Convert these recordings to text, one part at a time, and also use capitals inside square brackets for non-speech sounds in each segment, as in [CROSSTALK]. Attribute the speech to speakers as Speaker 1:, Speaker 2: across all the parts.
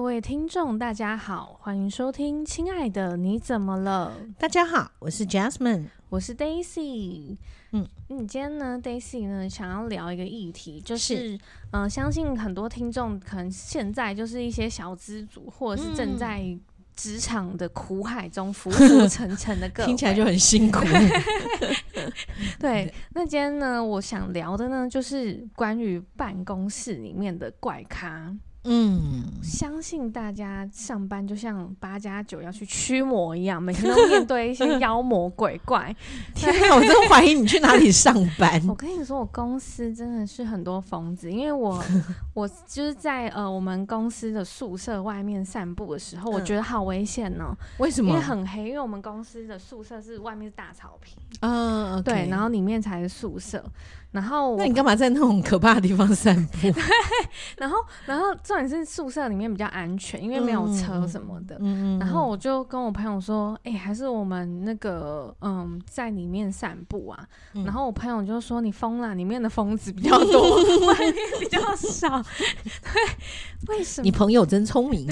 Speaker 1: 位听众，大家好，欢迎收听《亲爱的你怎么了》，
Speaker 2: 大家好，我是 Jasmine。
Speaker 1: 我是 Daisy。
Speaker 2: 嗯，
Speaker 1: 你今天呢，Daisy 呢，想要聊一个议题，就是
Speaker 2: 是
Speaker 1: 嗯、呃相信很多听众可能现在就是一些小资族，或者是正
Speaker 2: 嗯
Speaker 1: 在职场的苦海中浮浮沉沉的各位，
Speaker 2: [LAUGHS] 听起来就很辛
Speaker 1: [LAUGHS]
Speaker 2: 苦。
Speaker 1: 对，那今天呢，我想聊的呢，就是关于办公室里面的怪咖。
Speaker 2: 嗯，
Speaker 1: 相信大家上班就像八加九要去驱魔一样，每天都面对一些妖魔鬼怪。
Speaker 2: 天哪，我真怀疑你去哪里上班。
Speaker 1: [LAUGHS] 我跟你说，我公司真的是很多疯子，因为我 [LAUGHS] 我就是在呃我们公司的宿舍外面散步的时候，我
Speaker 2: 嗯
Speaker 1: 觉得好危险哦、
Speaker 2: 为什
Speaker 1: 因
Speaker 2: 么
Speaker 1: 为？很黑，因为我们公司的宿舍是外面是大草坪，
Speaker 2: 嗯，OK
Speaker 1: 对，然后里面才是宿舍，然后我
Speaker 2: 那你干嘛在那种可怕的地方散
Speaker 1: [LAUGHS]
Speaker 2: 步？
Speaker 1: 然后，然后重点是宿舍里面比较安全，因为没有车什么的。
Speaker 2: 嗯
Speaker 1: 然后我就跟我朋友说：“哎、还是我们那个嗯，在里面散步啊。
Speaker 2: 嗯
Speaker 1: 然后我朋友就说：“你疯了，里面的疯子比较多，外面比较少。”对，为什么
Speaker 2: 你？朋友真聪
Speaker 1: [LAUGHS]
Speaker 2: 明。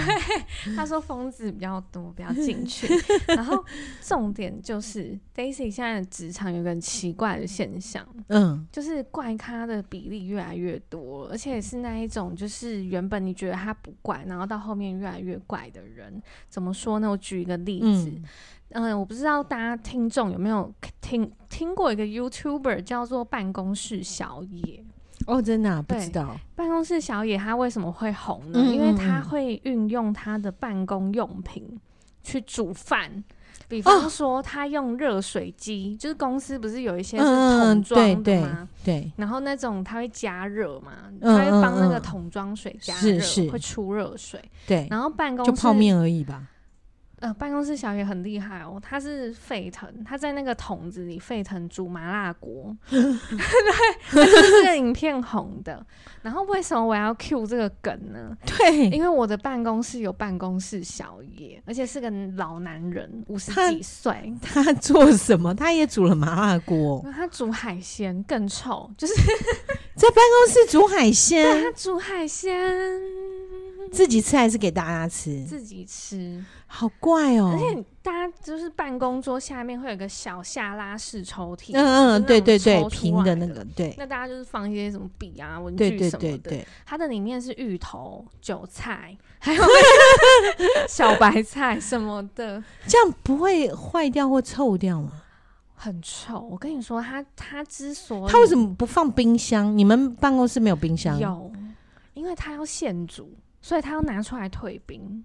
Speaker 1: 他说疯子比较多，不要进去。然后重点就是
Speaker 2: [LAUGHS]
Speaker 1: Daisy 现在的职场有一个很奇怪的现象，
Speaker 2: 嗯，
Speaker 1: 就是怪咖的比例越来越多，而且是那一种就是原本你觉得他不怪，然后到后面越来越怪的人。怎么说呢？我举一个例子，
Speaker 2: 嗯
Speaker 1: 嗯、我不知道大家听众有没有听听过一个 YouTuber 叫做办公室小野。
Speaker 2: 哦，真的啊不
Speaker 1: 对
Speaker 2: 知道。
Speaker 1: 办公室小野他为什么会红呢？
Speaker 2: 嗯嗯
Speaker 1: 因为他会运用他的办公用品去煮饭。比
Speaker 2: 哦
Speaker 1: 方说，他用热水机，就是公司不是有一些是
Speaker 2: 嗯
Speaker 1: 桶
Speaker 2: 嗯对
Speaker 1: 装的
Speaker 2: 对
Speaker 1: 吗？
Speaker 2: 对，
Speaker 1: 然后那种它会加热嘛，
Speaker 2: 嗯
Speaker 1: 它会帮那个
Speaker 2: 嗯嗯
Speaker 1: 桶装水加
Speaker 2: 是
Speaker 1: 热，
Speaker 2: 是
Speaker 1: 会出热水。
Speaker 2: 对，
Speaker 1: 然后办公室
Speaker 2: 就泡面而
Speaker 1: [LAUGHS]
Speaker 2: 已吧。
Speaker 1: 呃，办公室小野很厉害哦，他是沸腾，他在那个桶子里沸腾煮麻辣锅， [LAUGHS] 对，它就是这个影片红的。然后为什么我要 cue 这个梗呢？
Speaker 2: 对，
Speaker 1: 因为我的办公室有办公室小野，而且是个老男人，五十
Speaker 2: 他
Speaker 1: 几岁，
Speaker 2: 他做什么？他也煮了麻辣锅，
Speaker 1: 然后他煮海鲜更臭，就是
Speaker 2: 在办公室煮海鲜，
Speaker 1: 他煮海鲜
Speaker 2: 自己吃还是给大家吃？
Speaker 1: 自己吃。
Speaker 2: 好怪哦。
Speaker 1: 而且大家就是办公桌下面会有一个小下拉式抽屉，
Speaker 2: 嗯
Speaker 1: 就是那
Speaker 2: 嗯，
Speaker 1: 种
Speaker 2: 对对对
Speaker 1: 抽，出
Speaker 2: 平
Speaker 1: 来
Speaker 2: 的那
Speaker 1: 的
Speaker 2: 个，对
Speaker 1: 那大家就是放一些什么笔啊、文
Speaker 2: 对
Speaker 1: 具
Speaker 2: 对
Speaker 1: 什么
Speaker 2: 对
Speaker 1: 的。
Speaker 2: 对，
Speaker 1: 它的里面是芋头、韭菜，还
Speaker 2: [LAUGHS]
Speaker 1: 有小白菜什么的，
Speaker 2: 这样不会坏掉或臭掉吗？
Speaker 1: 很臭。我跟你说，它它之所以
Speaker 2: 他为什么不放冰箱？你们办公室没有冰箱？
Speaker 1: 有？因为它要现煮，所以它要拿出来退冰，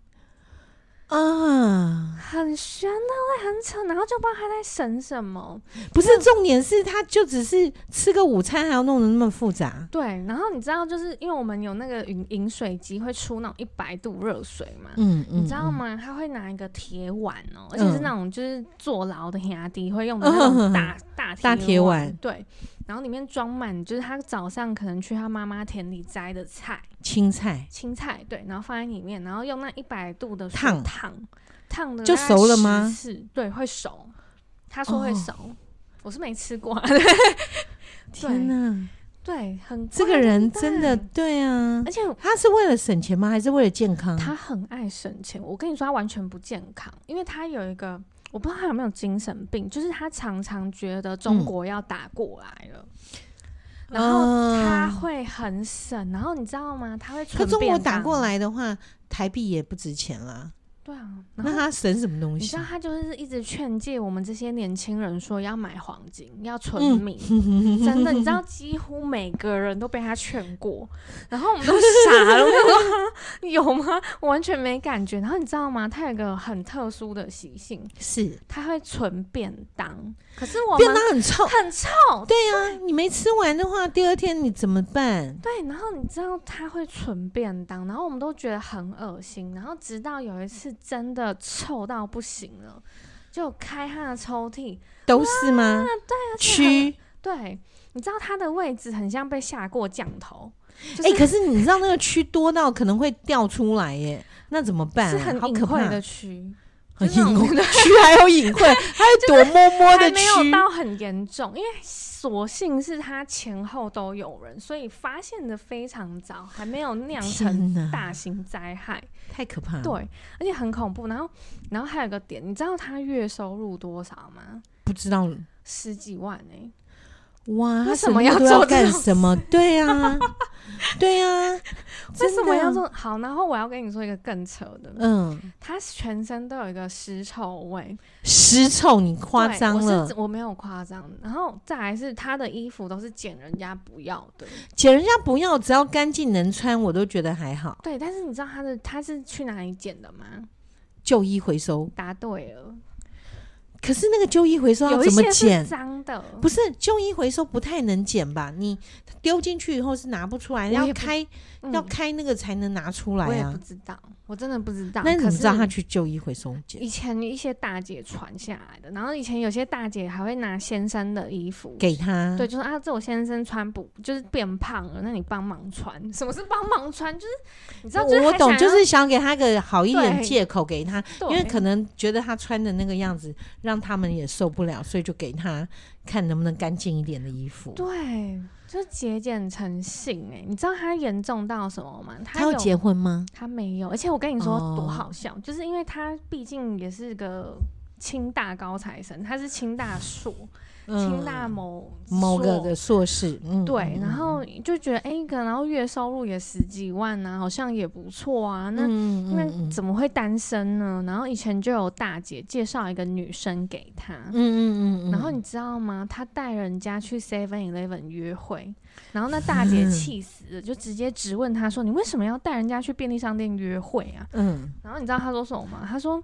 Speaker 2: 啊，
Speaker 1: 很喧闹，很扯，然后就不知道他在省什么。
Speaker 2: 不是重点是，他就只是吃个午餐，还要弄得那么复杂。
Speaker 1: 对，然后你知道，就是因为我们有那个饮饮水机会出那种一百度热水嘛，
Speaker 2: 嗯
Speaker 1: 你
Speaker 2: 嗯，
Speaker 1: 知道
Speaker 2: 嗯？
Speaker 1: 吗？他会拿一个铁碗哦、而且是
Speaker 2: 嗯
Speaker 1: 那种就是坐牢的牙弟会用的那种大、大
Speaker 2: 大铁
Speaker 1: 碗
Speaker 2: 碗，
Speaker 1: 对，然后里面装满就是他早上可能去他妈妈田里摘的菜、
Speaker 2: 青菜
Speaker 1: 青菜，对，然后放在里面，然后用那一百度的水
Speaker 2: 烫
Speaker 1: 烫烫的
Speaker 2: 就熟了吗
Speaker 1: 是，对，会熟，他说会
Speaker 2: 哦
Speaker 1: 熟，我是没吃过啊、
Speaker 2: 天哪，
Speaker 1: 对，很
Speaker 2: 这
Speaker 1: 怪
Speaker 2: 个人
Speaker 1: 对不
Speaker 2: 真的
Speaker 1: 对
Speaker 2: 对啊
Speaker 1: 而，且
Speaker 2: 他是为了省钱吗？还是为了健康？
Speaker 1: 他很爱省钱。我跟你说，他完全不健康，因为他有一个我不知道他有没有精神病，就是他常常觉得
Speaker 2: 嗯
Speaker 1: 中国要打过来了，然后他
Speaker 2: 啊
Speaker 1: 会很省。然后你知道吗？他会
Speaker 2: 可
Speaker 1: 存
Speaker 2: 中国
Speaker 1: 便
Speaker 2: 打
Speaker 1: 当
Speaker 2: 过，来的话，台币也不值钱啦，
Speaker 1: 对啊。然
Speaker 2: 那
Speaker 1: 后
Speaker 2: 他省什么东
Speaker 1: 你
Speaker 2: 西
Speaker 1: 知道？他就是一直劝诫我们这些年轻人说要买黄金，要存 [LAUGHS] 米。真的，你知道几乎每个人都被他劝过，然后我们都傻了，我们说有吗？我完全没感觉。然后你知道吗？他有一个很特殊的习性，
Speaker 2: 是
Speaker 1: 他会存便当，可是我
Speaker 2: 便
Speaker 1: 们
Speaker 2: 当很臭，
Speaker 1: 很臭。
Speaker 2: 对呀、哎你没吃完的话，第二天你怎么办？
Speaker 1: 对，然后你知道他会存便当，然后我们都觉得很恶心。然后直到有一次真的臭到不行了，就开他的抽屉，
Speaker 2: 都是吗？
Speaker 1: 且
Speaker 2: 蛆。
Speaker 1: 对，你知道它的位置很像被下过降头，就
Speaker 2: 哎、
Speaker 1: 是
Speaker 2: 可是你知道那个蛆多到可能会掉出来耶，那怎么办、啊？
Speaker 1: 是很
Speaker 2: 好
Speaker 1: 隐
Speaker 2: 可
Speaker 1: 晦
Speaker 2: 怕
Speaker 1: 的区。就
Speaker 2: 隐
Speaker 1: 那种
Speaker 2: 晦区还有
Speaker 1: [LAUGHS]
Speaker 2: 隐晦，还有躲摸摸的
Speaker 1: 还没有
Speaker 2: 区，
Speaker 1: 到很严重，因为所幸是他前后都有人，所以发现的非常早，还没有酿成
Speaker 2: 天哪，嗯
Speaker 1: 大型灾害。
Speaker 2: 太可怕了！
Speaker 1: 对，，而且很恐怖。然后，然后还有一个点，你知道他月收入多少吗？
Speaker 2: 不知道
Speaker 1: 十几万哎、
Speaker 2: 哇，他
Speaker 1: 为什么
Speaker 2: 么
Speaker 1: 要
Speaker 2: 都
Speaker 1: 做这
Speaker 2: 干
Speaker 1: 种
Speaker 2: 什么？对
Speaker 1: [LAUGHS]
Speaker 2: 啊，对啊，
Speaker 1: 为
Speaker 2: 真
Speaker 1: 什么
Speaker 2: 的啊
Speaker 1: 要？做？好，然后我要跟你说一个更扯的，
Speaker 2: 嗯，
Speaker 1: 他全身都有一个尸臭味，
Speaker 2: 尸臭，你夸
Speaker 1: 对
Speaker 2: 张
Speaker 1: 我
Speaker 2: 了
Speaker 1: 是，我没有夸张。然后再来是他的衣服都是捡人家不要的，
Speaker 2: 捡人家不要，只要干净能穿，我都觉得还好。
Speaker 1: 对。但是你知道他的他是去哪里捡的吗？
Speaker 2: 旧衣回收，
Speaker 1: 答对了。
Speaker 2: 可是那个旧衣回收要
Speaker 1: 有一
Speaker 2: 怎么
Speaker 1: 些是
Speaker 2: 捡？
Speaker 1: 脏的，
Speaker 2: 不是旧衣回收不太能捡吧？你丢进去以后是拿不出来，
Speaker 1: 我
Speaker 2: 要
Speaker 1: 也不
Speaker 2: 开
Speaker 1: 嗯
Speaker 2: 要开那个才能拿出来
Speaker 1: 我也
Speaker 2: 啊
Speaker 1: 不。知道，我真的不知道。
Speaker 2: 那你
Speaker 1: 可
Speaker 2: 怎么
Speaker 1: 是
Speaker 2: 知道他去旧衣回收捡？
Speaker 1: 以前一些大姐传下来的，然后以前有些大姐还会拿先生的衣服。
Speaker 2: 给他？
Speaker 1: 对，就说啊，这我先生穿不，就是变胖了，那你帮忙穿。什么是帮忙穿？就是你知道，
Speaker 2: 我，
Speaker 1: 就是
Speaker 2: 我
Speaker 1: 还
Speaker 2: 懂，
Speaker 1: 想
Speaker 2: 就
Speaker 1: 要
Speaker 2: 是想给他个好一点
Speaker 1: 对
Speaker 2: 借口给他，
Speaker 1: 对
Speaker 2: 因为可能觉得他穿的那个样子让他们也受不了，所以就给他看能不能干净一点的衣服。
Speaker 1: 对，就是节俭成性哎、你知道他严重到什么吗？
Speaker 2: 他
Speaker 1: 他
Speaker 2: 要
Speaker 1: 有
Speaker 2: 结婚吗？
Speaker 1: 他没有，而且我跟你说
Speaker 2: 哦
Speaker 1: 多好笑，就是因为他毕竟也是个清大高材生，他是清大硕，清大
Speaker 2: 嗯
Speaker 1: 某
Speaker 2: 某个
Speaker 1: 硕
Speaker 2: 的硕士，嗯，
Speaker 1: 对，
Speaker 2: 嗯
Speaker 1: 然后就觉得哎，诶可能然后月收入也十几万啊，好像也不错啊，那。
Speaker 2: 嗯嗯
Speaker 1: 那
Speaker 2: 嗯
Speaker 1: 怎么会单身呢？然后以前就有大姐介绍一个女生给他，
Speaker 2: 嗯嗯嗯嗯，
Speaker 1: 然后你知道吗？他带人家去 Seven Eleven 约会，然后那大姐气死了，就直接质问他说：“你为什么要带人家去便利商店约会啊？”
Speaker 2: 嗯
Speaker 1: 然后你知道他说什么吗？他说：“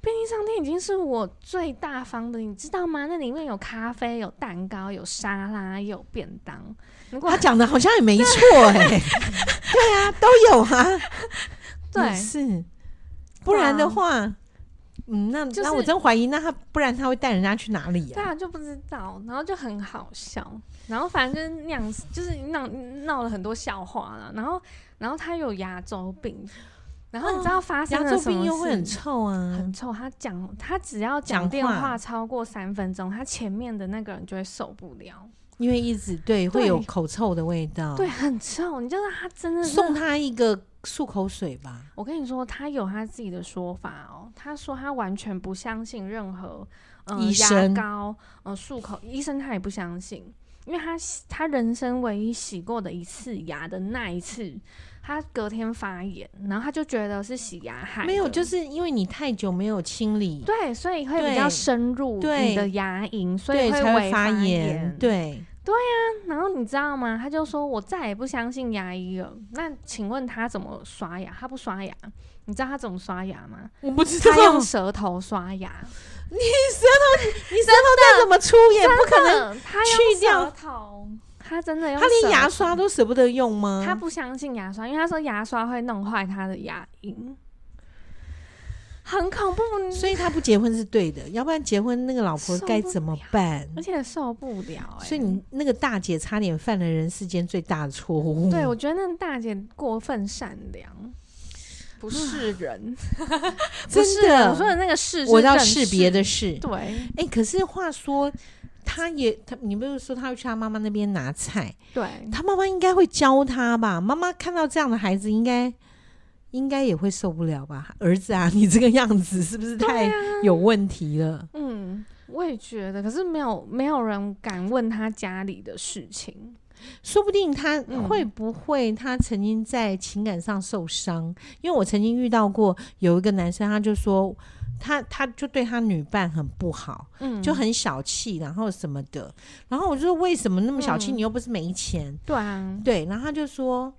Speaker 1: 便利商店已经是我最大方的，你知道吗？那里面有咖啡、有蛋糕、有沙拉、也有便当。如果
Speaker 2: 他讲的好像也没错哎，
Speaker 1: [LAUGHS]
Speaker 2: 对啊，都有啊，
Speaker 1: 对啊
Speaker 2: 也是，不然的话。嗯，那、
Speaker 1: 就是
Speaker 2: 那我真怀疑，那他不然他会带人家去哪里
Speaker 1: 对
Speaker 2: 呀、
Speaker 1: 啊，就不知道，然后就很好笑，然后反正就是那样，就是闹闹了很多笑话了。然后，然后他有牙周病，然后你知道发生
Speaker 2: 哦牙
Speaker 1: 了
Speaker 2: 周
Speaker 1: 什么
Speaker 2: 病
Speaker 1: 事？
Speaker 2: 又会很臭啊
Speaker 1: 很！臭。他讲，他只要讲
Speaker 2: 讲
Speaker 1: 电
Speaker 2: 话
Speaker 1: 话超过三分钟，他前面的那个人就会受不了。
Speaker 2: 因为一直
Speaker 1: 对
Speaker 2: 对会有口臭的味道。
Speaker 1: 对，，很臭。你就是他真的是
Speaker 2: 哦送他一个漱口水吧。
Speaker 1: 我跟你说，他有他自己的说法哦。他说他完全不相信任何呃
Speaker 2: 医
Speaker 1: 牙
Speaker 2: 生
Speaker 1: 膏、呃漱口，医生他也不相信，因为他洗他人生唯一洗过的一次牙的那一次，他隔天发炎，然后他就觉得是洗牙害的，
Speaker 2: 没有，就是因为你太久没有清理，
Speaker 1: 对，所以会比
Speaker 2: 对
Speaker 1: 较深入你
Speaker 2: 对
Speaker 1: 的牙龈，所以
Speaker 2: 对，才
Speaker 1: 会
Speaker 2: 会
Speaker 1: 发
Speaker 2: 炎。对，
Speaker 1: 然后你知道吗？他就说我再也不相信牙医了。那请问他怎么刷牙？他不刷牙，你知道他怎么刷牙吗？
Speaker 2: 我不知
Speaker 1: [LAUGHS] 他用舌头刷牙，
Speaker 2: 你舌头再怎么粗也不可能，
Speaker 1: 能他用
Speaker 2: 去掉
Speaker 1: 舌头，他真的用
Speaker 2: 他连
Speaker 1: 舌
Speaker 2: 牙
Speaker 1: 头
Speaker 2: 刷都舍不得用吗？
Speaker 1: 他不相信牙刷，因为他说牙刷会弄坏他的牙龈，很恐怖，
Speaker 2: 所以他不结婚是对的，要不然结婚那个老婆
Speaker 1: 嗯受
Speaker 2: 该
Speaker 1: 不
Speaker 2: 怎么
Speaker 1: 了
Speaker 2: 办？
Speaker 1: 而且受不了、欸。
Speaker 2: 所以你那个大姐差点犯了人世间最大的错误。
Speaker 1: 对
Speaker 2: [LAUGHS]
Speaker 1: 我觉得那大姐过分善良。不是 [LAUGHS] 人，不
Speaker 2: 真
Speaker 1: 是啊
Speaker 2: 的
Speaker 1: 人我说的那个是，
Speaker 2: 我
Speaker 1: 是
Speaker 2: 要
Speaker 1: 认
Speaker 2: 识别的是，
Speaker 1: 对
Speaker 2: 哎、可是话说，他也他，你不是说他会去他妈妈那边拿菜，
Speaker 1: 对，
Speaker 2: 他妈妈应该会教他吧？妈妈看到这样的孩子，应该应该也会受不了吧？儿子啊，你这个样子是不是太
Speaker 1: 啊
Speaker 2: 有问题了？
Speaker 1: 嗯，我也觉得，可是没有没有人敢问他家里的事情，
Speaker 2: 说不定他
Speaker 1: 嗯
Speaker 2: 会不会他曾经在情感上受伤？因为我曾经遇到过有一个男生，他就说他他就对他女伴很不好，
Speaker 1: 嗯，
Speaker 2: 就很小气，然后什么的。然后我就说为什么那么小气？
Speaker 1: 嗯
Speaker 2: 你又不是没钱。
Speaker 1: 对啊，
Speaker 2: 对，然后他就说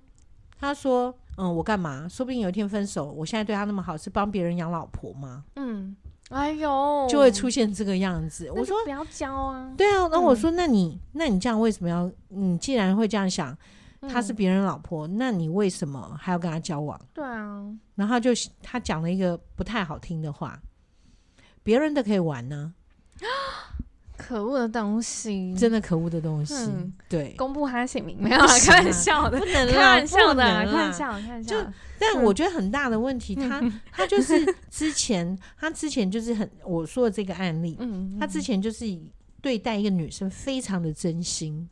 Speaker 2: 他说嗯，我干嘛？说不定有一天分手，我现在对他那么好，是帮别人养老婆吗？
Speaker 1: 嗯，哎呦，
Speaker 2: 就会出现这个样子。
Speaker 1: 那
Speaker 2: 我
Speaker 1: 就
Speaker 2: 说
Speaker 1: 不要教啊，
Speaker 2: [LAUGHS] 对啊，那我说那你那你这样为什么要？你既然会这样想。她是
Speaker 1: 嗯
Speaker 2: 别人老婆，那你为什么还要跟她交往？
Speaker 1: 对啊，
Speaker 2: 然后她就她讲了一个不太好听的话，别人的可以玩呢、
Speaker 1: 可恶的东西，
Speaker 2: 真的可恶的东西。
Speaker 1: 嗯
Speaker 2: 对，
Speaker 1: 公布他姓名没有啦？
Speaker 2: 不行
Speaker 1: 开
Speaker 2: 啊
Speaker 1: 玩笑的，
Speaker 2: 不能
Speaker 1: 开
Speaker 2: 啦，
Speaker 1: 玩笑
Speaker 2: 不
Speaker 1: 的啊，
Speaker 2: 能
Speaker 1: 开
Speaker 2: 啦
Speaker 1: 玩。笑，嗯开玩
Speaker 2: 就
Speaker 1: 笑。
Speaker 2: 但
Speaker 1: 嗯
Speaker 2: 我觉得很大的问题，他他就是之前，他之前就是很我说的这个案例，
Speaker 1: 嗯，
Speaker 2: 他之前就是以对待一个女生非常的真心。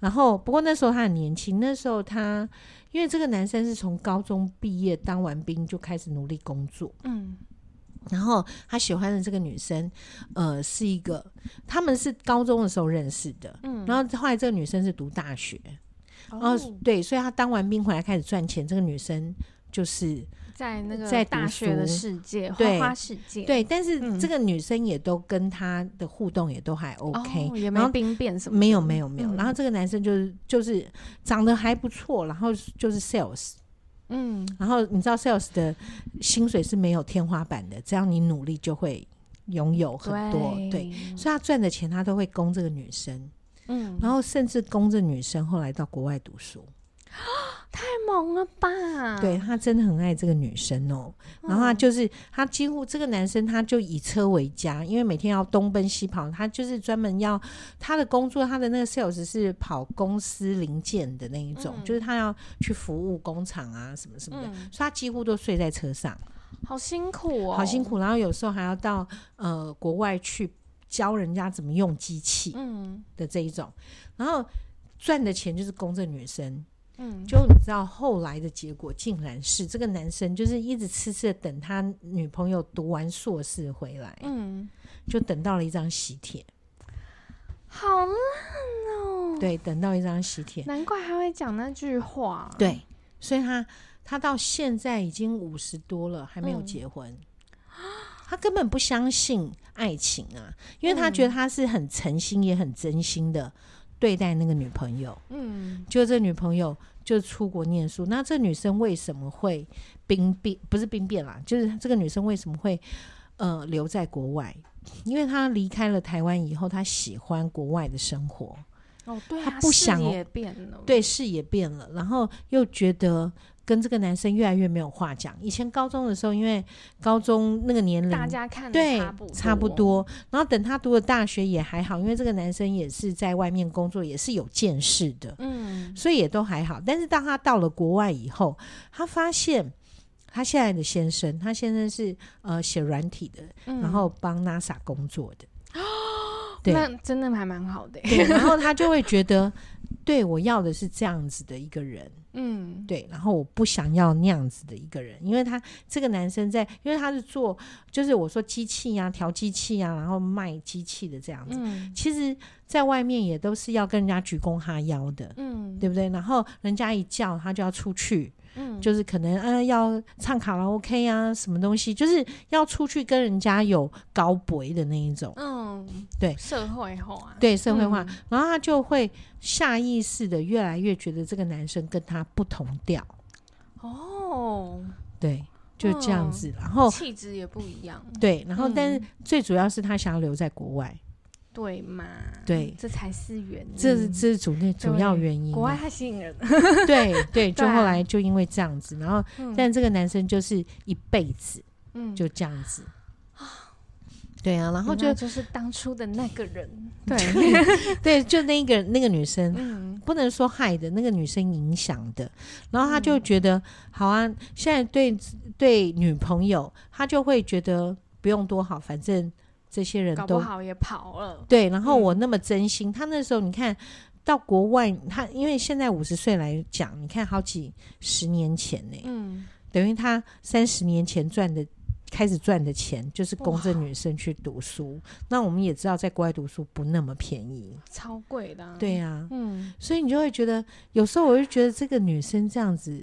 Speaker 2: 然后，不过那时候他很年轻，那时候他因为这个男生是从高中毕业，当完兵就开始努力工作。
Speaker 1: 嗯
Speaker 2: 然后他喜欢的这个女生，呃，是一个他们是高中的时候认识的，
Speaker 1: 嗯，
Speaker 2: 然后后来这个女生是读大学，
Speaker 1: 哦
Speaker 2: 哦，对，所以他当完兵回来开始赚钱，这个女生就是
Speaker 1: 在那个
Speaker 2: 在读
Speaker 1: 大学的
Speaker 2: 书
Speaker 1: 世界，花
Speaker 2: 对
Speaker 1: 花世界，
Speaker 2: 对，但是
Speaker 1: 嗯
Speaker 2: 这个女生也都跟他的互动也都还
Speaker 1: 哦
Speaker 2: OK，、
Speaker 1: 也
Speaker 2: 然
Speaker 1: 没
Speaker 2: 后
Speaker 1: 兵变什么的，
Speaker 2: 没有没有没有，
Speaker 1: 嗯
Speaker 2: 然后这个男生就是就是长得还不错，然后就是 sales，
Speaker 1: 嗯，
Speaker 2: 然后你知道 sales 的薪水是没有天花板的，只要你努力就会拥有很多，对，
Speaker 1: 对，
Speaker 2: 所以他赚的钱他都会供这个女生，
Speaker 1: 嗯，
Speaker 2: 然后甚至供这女生后来到国外读书，
Speaker 1: 太猛了吧？
Speaker 2: 对他真的很爱这个女生哦、然后他
Speaker 1: 嗯
Speaker 2: 就是他几乎这个男生他就以车为家，因为每天要东奔西跑，他就是专门要他的工作，他的那个 sales 是跑公司零件的那一种，
Speaker 1: 嗯
Speaker 2: 就是他要去服务工厂啊什么什么的，
Speaker 1: 嗯，
Speaker 2: 所以他几乎都睡在车上，
Speaker 1: 好辛苦哦，
Speaker 2: 好辛，苦。然后有时候还要到呃国外去教人家怎么用机器
Speaker 1: 嗯
Speaker 2: 的这一种，然后赚的钱就是供这女生。
Speaker 1: 嗯，
Speaker 2: 就你知道后来的结果，竟然是这个男生就是一直痴痴的等他女朋友读完硕士回来，
Speaker 1: 嗯，
Speaker 2: 就等到了一张喜帖，
Speaker 1: 好烂哦，
Speaker 2: 对，等到一张喜帖，
Speaker 1: 难怪他会讲那句话，，
Speaker 2: 对，所以他他到现在已经五十多了，还没有
Speaker 1: 嗯
Speaker 2: 结婚。他根本不相信爱情啊，因为他觉
Speaker 1: 嗯
Speaker 2: 得他是很诚心也很真心的对待那个女朋友。
Speaker 1: 嗯
Speaker 2: 就这女朋友就出国念书，那这女生为什么会兵变？不是兵变啦，就是这个女生为什么会呃留在国外？因为她离开了台湾以后，她喜欢国外的生活，
Speaker 1: 哦，对
Speaker 2: 他
Speaker 1: 啊，
Speaker 2: 不
Speaker 1: 视
Speaker 2: 想
Speaker 1: 野变了，，
Speaker 2: 对视野变了，然后又觉得跟这个男生越来越没有话讲。以前高中的时候，因为高中那个年龄
Speaker 1: 大家看得
Speaker 2: 嗯对
Speaker 1: 差不，
Speaker 2: 差不，多。然后等他读了大学也还好，因为这个男生也是在外面工作，也是有见识的。
Speaker 1: 嗯
Speaker 2: 所以也都还好。但是当他到了国外以后，他发现他现在的先生，他先生是呃写软体的，
Speaker 1: 嗯，
Speaker 2: 然后帮 NASA 工作
Speaker 1: [LAUGHS]
Speaker 2: 的，对
Speaker 1: 那真的还蛮好的，
Speaker 2: 对，然后他就会觉得，对我要的是这样子的一个人，
Speaker 1: 嗯，
Speaker 2: 对，然后我不想要那样子的一个人，因为他这个男生在，因为他是做就是我说机器呀、调机器呀、然后卖机器的这样子。
Speaker 1: 嗯
Speaker 2: 其实，在外面也都是要跟人家鞠躬哈腰的，
Speaker 1: 嗯，
Speaker 2: 对不对？然后人家一叫他就要出去，
Speaker 1: 嗯，
Speaker 2: 就是可能啊要唱卡拉 OK 啊，什么东西，就是要出去跟人家有高博的那一种，
Speaker 1: 嗯，
Speaker 2: 对
Speaker 1: 社会后啊，
Speaker 2: 对社会化，
Speaker 1: 嗯
Speaker 2: 然后他就会下意识的越来越觉得这个男生跟他不同调，
Speaker 1: 哦，
Speaker 2: 对，就这样子，然后。
Speaker 1: 气质也不一样，
Speaker 2: 对，然后
Speaker 1: 哦嗯
Speaker 2: 但是最主要是他想要留在国外，
Speaker 1: 对嘛？
Speaker 2: 对
Speaker 1: 这才是原因。
Speaker 2: 这是这是主那主要原因
Speaker 1: 嗯国外
Speaker 2: 啊。
Speaker 1: 太吸引人了。
Speaker 2: 对
Speaker 1: [LAUGHS]
Speaker 2: 对，就
Speaker 1: 对啊
Speaker 2: 后来就因为这样子，然后
Speaker 1: 嗯
Speaker 2: 但这个男生就是一辈子
Speaker 1: 嗯
Speaker 2: 就这样子。对啊，然后
Speaker 1: 原
Speaker 2: 就
Speaker 1: 来就是当初的那个人，对，
Speaker 2: 对，就那个那个女
Speaker 1: [LAUGHS]
Speaker 2: 生，
Speaker 1: 嗯
Speaker 2: 不能说害的那个女生影响的，然后他就
Speaker 1: 嗯
Speaker 2: 觉得、好啊，现在对对女朋友，他就会觉得不用多好，反正这些人
Speaker 1: 搞不
Speaker 2: 都
Speaker 1: 好也跑了。
Speaker 2: 对。然后
Speaker 1: 嗯
Speaker 2: 我那么真心，他那时候你看到国外，他因为现在五十岁来讲，你看好几十年前呢、
Speaker 1: 嗯，
Speaker 2: 等于他三十年前赚的。开始赚的钱就是供这
Speaker 1: 哇
Speaker 2: 女生去读书，那我们也知道，在国外读书不那么便宜，
Speaker 1: 超贵的、啊。
Speaker 2: 对，啊，
Speaker 1: 嗯，
Speaker 2: 所以你就会觉得，有时候我就觉得这个女生这样子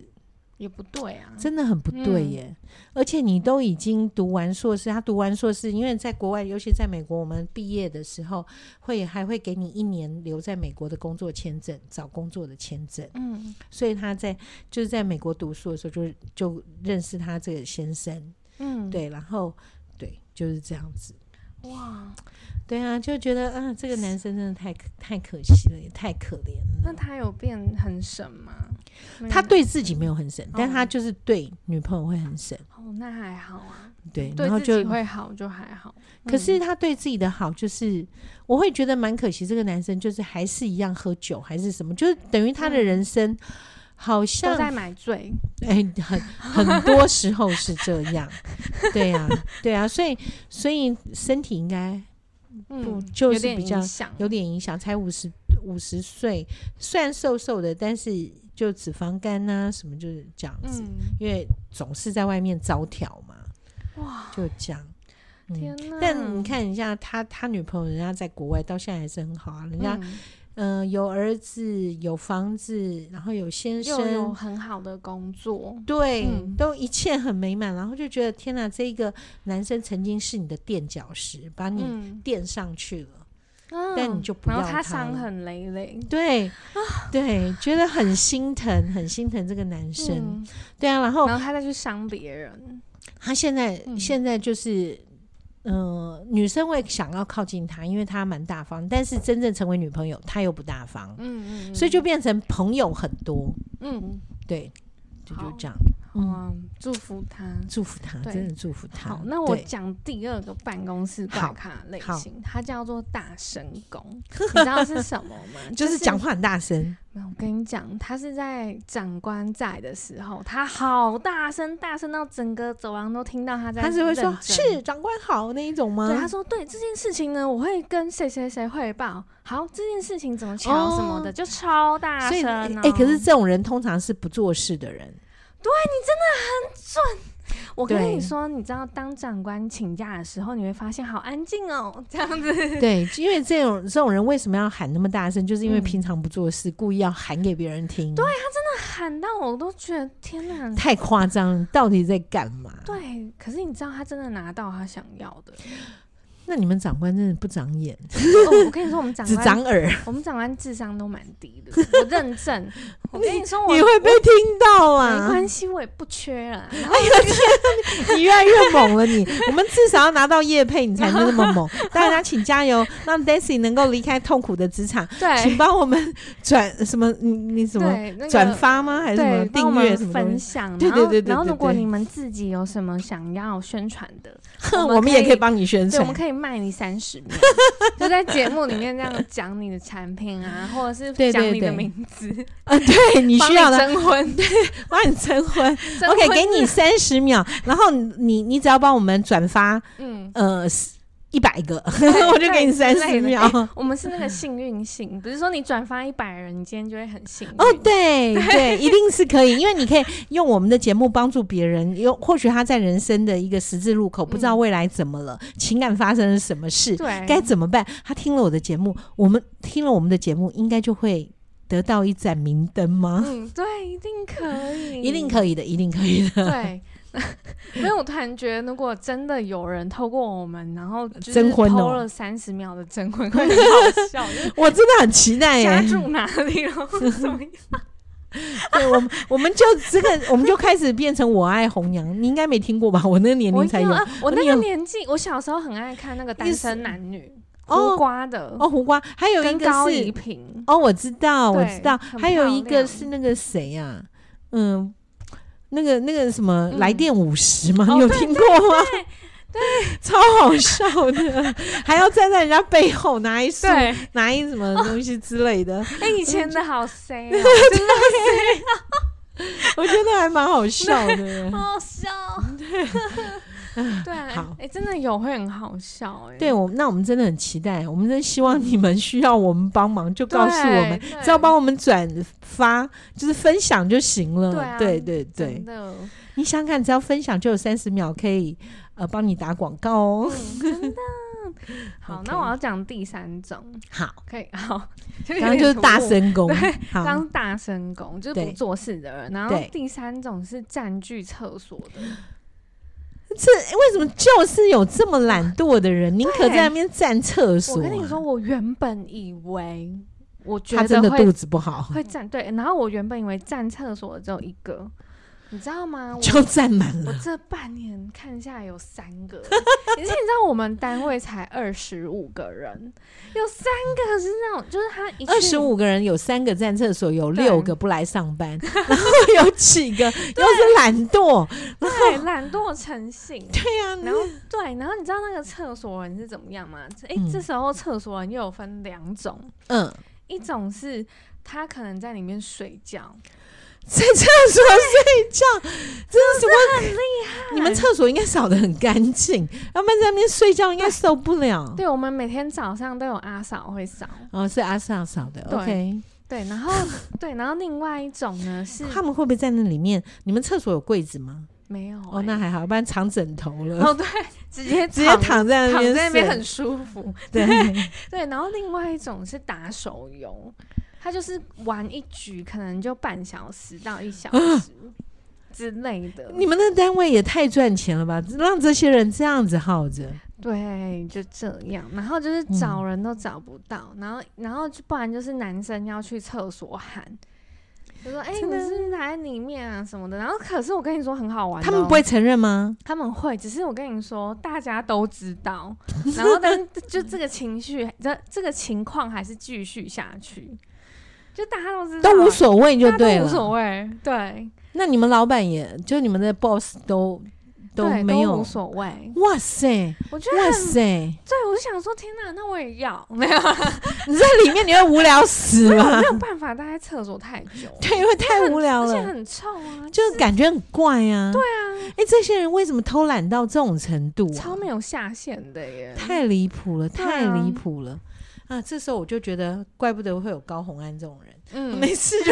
Speaker 1: 也不对啊。
Speaker 2: 真的很不对
Speaker 1: 嗯
Speaker 2: 耶。而且你都已经读完硕士，她读完硕士，因为在国外，尤其在美国，我们毕业的时候会还会给你一年留在美国的工作签证，找工作的签证。
Speaker 1: 嗯
Speaker 2: 所以她在就是在美国读书的时候就，就认识她这个先生，
Speaker 1: 嗯，，
Speaker 2: 对，然后对，就是这样子。
Speaker 1: 哇，
Speaker 2: 对啊，就觉得啊，这个男生真的太可太可惜了，也太可怜
Speaker 1: 那
Speaker 2: 了。
Speaker 1: 他有变很省吗？那
Speaker 2: 他
Speaker 1: 个
Speaker 2: 对自己没有很省，但
Speaker 1: 嗯哦
Speaker 2: 他就是对女朋友会很省，
Speaker 1: 哦，那还好啊，
Speaker 2: 对，
Speaker 1: 对
Speaker 2: 然后
Speaker 1: 自
Speaker 2: 就
Speaker 1: 己会嗯好就还好。
Speaker 2: 可是他对自己的好，就是我会觉得蛮可惜。这个男生就是还是一样喝酒，还是什么，就是等于他的人生好
Speaker 1: 嗯
Speaker 2: 像
Speaker 1: 都在买醉，
Speaker 2: 哎、很很多时候是这样。对啊，对啊，所以所以身体应该不
Speaker 1: 嗯，
Speaker 2: 就是
Speaker 1: 有点
Speaker 2: 比较
Speaker 1: 影响
Speaker 2: 有点影响。才五十五十岁，虽然瘦瘦的，但是就脂肪肝呐、什么就是这样子，
Speaker 1: 嗯，
Speaker 2: 因为总是在外面招挑嘛，
Speaker 1: 哇，
Speaker 2: 就这样。嗯
Speaker 1: 天哪！
Speaker 2: 但你看一下他，他女朋友人家在国外到现在还是很好啊，人
Speaker 1: 嗯，
Speaker 2: 家、嗯、呃有儿子，有房子，然后有先
Speaker 1: 又有
Speaker 2: 生，
Speaker 1: 很好的工作，
Speaker 2: 对，
Speaker 1: 嗯
Speaker 2: 都一切很美满，然后就觉得天哪，这个男生曾经是你的垫脚石，把你
Speaker 1: 嗯，
Speaker 2: 垫上去了，
Speaker 1: 嗯
Speaker 2: 但你就不
Speaker 1: 然后
Speaker 2: 要
Speaker 1: 他
Speaker 2: 他
Speaker 1: 伤
Speaker 2: 了
Speaker 1: 痕累累，
Speaker 2: 对，
Speaker 1: 啊
Speaker 2: 对，觉得很心疼，很心疼这个男生，
Speaker 1: 嗯
Speaker 2: 对啊，然后
Speaker 1: 然后他再去伤别人，
Speaker 2: 他现在、
Speaker 1: 嗯
Speaker 2: 现在就是。呃，女生会想要靠近他，因为他蛮大方，但是真正成为女朋友，他又不大方。
Speaker 1: 嗯嗯，
Speaker 2: 所以就变成朋友很多，
Speaker 1: 嗯，
Speaker 2: 对，就
Speaker 1: 好
Speaker 2: 就这样，
Speaker 1: 好啊，祝福他。
Speaker 2: 祝福他，
Speaker 1: 对
Speaker 2: 真的祝福他。
Speaker 1: 好，那我
Speaker 2: 对
Speaker 1: 讲第二个办公室怪
Speaker 2: 好
Speaker 1: 咖类
Speaker 2: 好
Speaker 1: 型，它叫做大神
Speaker 2: [LAUGHS]
Speaker 1: 功，你知道是什么吗？
Speaker 2: 就是讲话很大声，
Speaker 1: 没有，我跟你讲，他是在长官在的时候，他好大声，大声到整个走廊都听到他在。
Speaker 2: 他是会说“是。长官好”那一种吗？
Speaker 1: 对，他说对这件事情呢，我会跟谁谁谁汇报。好，这件事情怎么巧什么的，
Speaker 2: 哦
Speaker 1: 就超大
Speaker 2: 所以
Speaker 1: 声、哦。
Speaker 2: 哎、可是这种人通常是不做事
Speaker 1: [LAUGHS]
Speaker 2: 的人，
Speaker 1: 我跟你
Speaker 2: 对
Speaker 1: 说，你知道，当长官请假的时候，你会发现好安静哦，这样子。
Speaker 2: 对，因为这种这种人为什么要喊那么大声？就是因为
Speaker 1: 嗯啊
Speaker 2: 平常不做事，故意要喊给别人听，对，
Speaker 1: 喊到我都觉得天哪！
Speaker 2: 太夸张，到底在干嘛？
Speaker 1: 对，可是你知道，他真的拿到他想要
Speaker 2: [LAUGHS]
Speaker 1: 的。
Speaker 2: 那你们长官真的不长眼，
Speaker 1: 哦我跟你说，我们长
Speaker 2: 只
Speaker 1: 官
Speaker 2: 长耳，
Speaker 1: 我们长官智商都蛮低的，我认
Speaker 2: [LAUGHS]
Speaker 1: 证。我跟你说我，
Speaker 2: 你会被听到
Speaker 1: 没
Speaker 2: 啊！
Speaker 1: 关系，我也不缺了。
Speaker 2: [LAUGHS]
Speaker 1: 然后
Speaker 2: 你越来越猛了你，我们至少要拿到叶配，你才能那么
Speaker 1: [LAUGHS]
Speaker 2: 猛。大家请加油，让 Daisy 能够离开痛苦的职场，请
Speaker 1: 对
Speaker 2: 帮我们转什么？你你什么
Speaker 1: 对那个
Speaker 2: 转发吗？还是什么
Speaker 1: 对帮我
Speaker 2: 订
Speaker 1: 们
Speaker 2: 阅什么东
Speaker 1: 分
Speaker 2: 西？
Speaker 1: 享？
Speaker 2: 对
Speaker 1: 然后
Speaker 2: 对对对
Speaker 1: 然后
Speaker 2: 对
Speaker 1: 如果
Speaker 2: 对
Speaker 1: 你们自己有什么想要宣传的，
Speaker 2: 哼
Speaker 1: 我
Speaker 2: [LAUGHS] 我们
Speaker 1: 们
Speaker 2: 也
Speaker 1: 可
Speaker 2: 可
Speaker 1: 以
Speaker 2: 以帮你宣
Speaker 1: 对，我
Speaker 2: 传
Speaker 1: 们。可以卖你三十
Speaker 2: [LAUGHS]
Speaker 1: 秒，就在节目里面这样讲你的产品啊，或者是
Speaker 2: 对对
Speaker 1: 讲你的
Speaker 2: 对
Speaker 1: 名字，
Speaker 2: 啊， [LAUGHS] 对你
Speaker 1: 帮
Speaker 2: 需要的，
Speaker 1: 征
Speaker 2: [LAUGHS]
Speaker 1: 婚，
Speaker 2: 帮你征婚。
Speaker 1: [LAUGHS] 征
Speaker 2: OK，
Speaker 1: 婚
Speaker 2: 给
Speaker 1: 日
Speaker 2: 你三十秒，然后你你只要帮我们转发
Speaker 1: 嗯。
Speaker 2: 呃一百个， [LAUGHS] 我就给
Speaker 1: 对
Speaker 2: 你三
Speaker 1: 之类
Speaker 2: 十
Speaker 1: 的
Speaker 2: 秒。
Speaker 1: 哎我们是那个幸运性，不是说你转发一百人，你今天就会很幸运。
Speaker 2: 哦，对
Speaker 1: [LAUGHS]
Speaker 2: 对，一定是可以，因为你可以用我们的节目帮助别人，有或许他在人生的一个十字路口，不知道
Speaker 1: 嗯
Speaker 2: 未来怎么了，情感发生了什么事，
Speaker 1: 对，
Speaker 2: 该怎么办？他听了我的节目，我们听了我们的节目，应该就会得到一盏明灯吗？
Speaker 1: 嗯，对，一定可以，
Speaker 2: 一定可以的，一定可以的， [LAUGHS]
Speaker 1: 对， [LAUGHS] 没有，我突然觉得，如果真的有人透过我们，然后就是
Speaker 2: 征婚哦
Speaker 1: 偷了三十秒的征婚，会很好笑，就是
Speaker 2: 我真的很期待耶、
Speaker 1: 家住哪里，然后怎么
Speaker 2: 哎
Speaker 1: 样？
Speaker 2: [LAUGHS] 对我们，我们就这个，我们就开始变成我爱红娘，你应该没听过吧？我那个年
Speaker 1: 我
Speaker 2: 龄
Speaker 1: 一
Speaker 2: 才
Speaker 1: 定
Speaker 2: 有
Speaker 1: 要。啊我那
Speaker 2: 你
Speaker 1: 个
Speaker 2: 有
Speaker 1: 年纪，我小时候很爱看那个《单
Speaker 2: 意思
Speaker 1: 身男女》，胡
Speaker 2: 哦
Speaker 1: 瓜的，
Speaker 2: 哦，胡瓜，还有一
Speaker 1: 跟
Speaker 2: 个
Speaker 1: 高
Speaker 2: 是
Speaker 1: 怡平，
Speaker 2: 哦，我知道，我
Speaker 1: 对
Speaker 2: 知道，
Speaker 1: 很
Speaker 2: 还有
Speaker 1: 漂
Speaker 2: 一个
Speaker 1: 亮
Speaker 2: 是那个谁呀、嗯，那个那个什么
Speaker 1: 嗯
Speaker 2: 来电五十嘛，
Speaker 1: 哦
Speaker 2: 你有听过吗？对 [LAUGHS] 超好笑的，还要站在人家背后拿一束
Speaker 1: 对，哎、
Speaker 2: 拿一什么东西之类的，
Speaker 1: 以前的好 C 哦，
Speaker 2: 我觉得还蛮好笑的。
Speaker 1: 好好
Speaker 2: [LAUGHS]
Speaker 1: 笑，对，
Speaker 2: 好
Speaker 1: 哎、真的有会很好笑、哎，
Speaker 2: 对，我那我们真的很期待，我们真希望你们需要我们帮忙就告诉我们
Speaker 1: 对，
Speaker 2: 只要帮我们转发就是分享就行了。
Speaker 1: 对啊
Speaker 2: 对对
Speaker 1: 真
Speaker 2: 对，
Speaker 1: 的。
Speaker 2: 你想想看，只要分享就有三十秒可以呃帮你打广告哦。 [LAUGHS]
Speaker 1: 嗯真的。好，那
Speaker 2: OK
Speaker 1: 我要讲第三种，
Speaker 2: 好，
Speaker 1: 可以好， [LAUGHS]
Speaker 2: 刚刚就是大
Speaker 1: 神，
Speaker 2: 声公，好，
Speaker 1: 当大神工就是不
Speaker 2: 对
Speaker 1: 做事的人，然后
Speaker 2: 对
Speaker 1: 第三种是占据厕所的，
Speaker 2: 这为什么就是有这么懒惰的人，宁可在那边占厕所、
Speaker 1: 我
Speaker 2: 啊？
Speaker 1: 跟你说，，我原本以为我觉
Speaker 2: 他
Speaker 1: 得
Speaker 2: 真的
Speaker 1: 会
Speaker 2: 肚子不好，
Speaker 1: 会占对，然后我原本以为占厕所的只有一个，你知道吗？我
Speaker 2: 就占满
Speaker 1: [LAUGHS] 我
Speaker 2: 了。
Speaker 1: 这半年看下来有三个， [LAUGHS] 而且你知道我们单位才二十五个人，有三个是那种，就是他一去
Speaker 2: 二十五个人有三个占厕所，有
Speaker 1: 对
Speaker 2: 六个不来上班，
Speaker 1: [LAUGHS]
Speaker 2: 然后有几个又是懒惰。
Speaker 1: 对懒惰成性。
Speaker 2: 对啊呀、
Speaker 1: 然后对，然后你知道那个厕所人是怎么样吗？哎、
Speaker 2: 嗯
Speaker 1: 这时候厕所人又有分两种，
Speaker 2: 嗯，
Speaker 1: 一种是他可能在里面睡觉，
Speaker 2: 哦在厕所睡觉，真的是我很厉害。你们厕所应该扫的很干净，要不然在那边睡觉应该受不了。
Speaker 1: 对我们每天早上都有阿嫂会扫，
Speaker 2: 哦，是阿尚扫的
Speaker 1: 对
Speaker 2: ，OK。
Speaker 1: 对，然后对，然后另外一种呢是
Speaker 2: 他们会不会在那里面？你们厕所有柜子吗？
Speaker 1: 没有、欸
Speaker 2: 哦，那还好，不然藏枕头了，
Speaker 1: 哎哦对，直接
Speaker 2: [LAUGHS] 直接
Speaker 1: 躺
Speaker 2: 躺在那
Speaker 1: 躺
Speaker 2: 边睡，
Speaker 1: 在那边很舒服，
Speaker 2: 对。 [LAUGHS]
Speaker 1: 对，然后另外一种是打手游，他就是玩一局可能就半小时到一小
Speaker 2: [LAUGHS]
Speaker 1: 时之类的，
Speaker 2: 你们的单位也太赚钱了吧，让这些人这样子耗着。
Speaker 1: 对，就这样。然后就是找
Speaker 2: 嗯
Speaker 1: 人都找不到，然后然后就不然就是男生要去厕所喊，就说：“哎、
Speaker 2: 真
Speaker 1: 你
Speaker 2: 的
Speaker 1: 是不是来里面啊什么的。”然后可是我跟你说很好玩、哦
Speaker 2: 他们不会，承认吗？
Speaker 1: 他们会，只是我跟你说大家都知道，然后但是就这个情绪，这这个情况还是继续下去，就大家都知道，
Speaker 2: 都无所谓就
Speaker 1: 大家啊
Speaker 2: 对
Speaker 1: 都
Speaker 2: 了。
Speaker 1: 无所谓，对
Speaker 2: 那你们老板也就你们的 boss 都都
Speaker 1: 对
Speaker 2: 没
Speaker 1: 无
Speaker 2: 有。
Speaker 1: 所谓。啊
Speaker 2: 哇塞，
Speaker 1: 我觉得
Speaker 2: 哇
Speaker 1: 很
Speaker 2: 塞！
Speaker 1: 对，我就想说，天哪，那我也要没
Speaker 2: [LAUGHS]
Speaker 1: 有。
Speaker 2: 你在里面你会无聊
Speaker 1: [LAUGHS]
Speaker 2: 死吗
Speaker 1: 没？有办法待在厕所太久，
Speaker 2: [LAUGHS] 对，因为太无聊
Speaker 1: 而且
Speaker 2: 了，
Speaker 1: 很臭啊，
Speaker 2: 就是感觉很怪啊。对
Speaker 1: 啊，
Speaker 2: 哎，这些人为什么偷懒到这种程度、啊？
Speaker 1: 超没有下限的耶，
Speaker 2: 太离谱了，
Speaker 1: 对啊
Speaker 2: 太离谱了。啊，这时候我就觉得，怪不得会有高红安这种人。
Speaker 1: 嗯，
Speaker 2: 没事，就是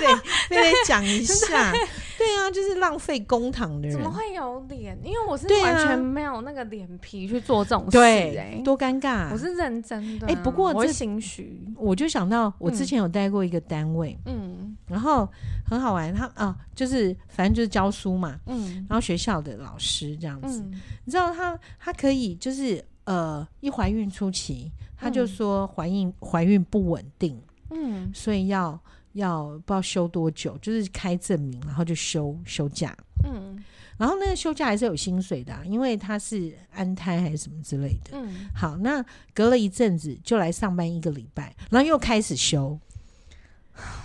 Speaker 1: [LAUGHS]
Speaker 2: 得非得讲一下。对啊，就是浪费公堂的
Speaker 1: 怎
Speaker 2: 人
Speaker 1: 么，会有脸？因为我是
Speaker 2: 对啊
Speaker 1: 完全没有那个脸皮去做这种事
Speaker 2: 对
Speaker 1: 哎，，
Speaker 2: 多尴尬、
Speaker 1: 我是认真的啊，
Speaker 2: 哎不过
Speaker 1: 我会
Speaker 2: 这
Speaker 1: 心虚，
Speaker 2: 我就想到我之
Speaker 1: 嗯
Speaker 2: 前有待过一个单位，
Speaker 1: 嗯
Speaker 2: 然后很好玩，他啊，就是反正就是教书嘛，
Speaker 1: 嗯
Speaker 2: 然后学校的老师这样子，
Speaker 1: 嗯，
Speaker 2: 你知道他他可以就是呃，一怀孕初期他就
Speaker 1: 嗯
Speaker 2: 说怀孕怀孕不稳定，
Speaker 1: 嗯
Speaker 2: 所以要。要不知道休多久，就是开证明，然后就休休假，
Speaker 1: 嗯
Speaker 2: 然后那个休假还是有薪水的啊、因为他是安胎还是什么之类的。
Speaker 1: 嗯，
Speaker 2: 好，那隔了一阵子就来上班一个礼拜，然后又开始休，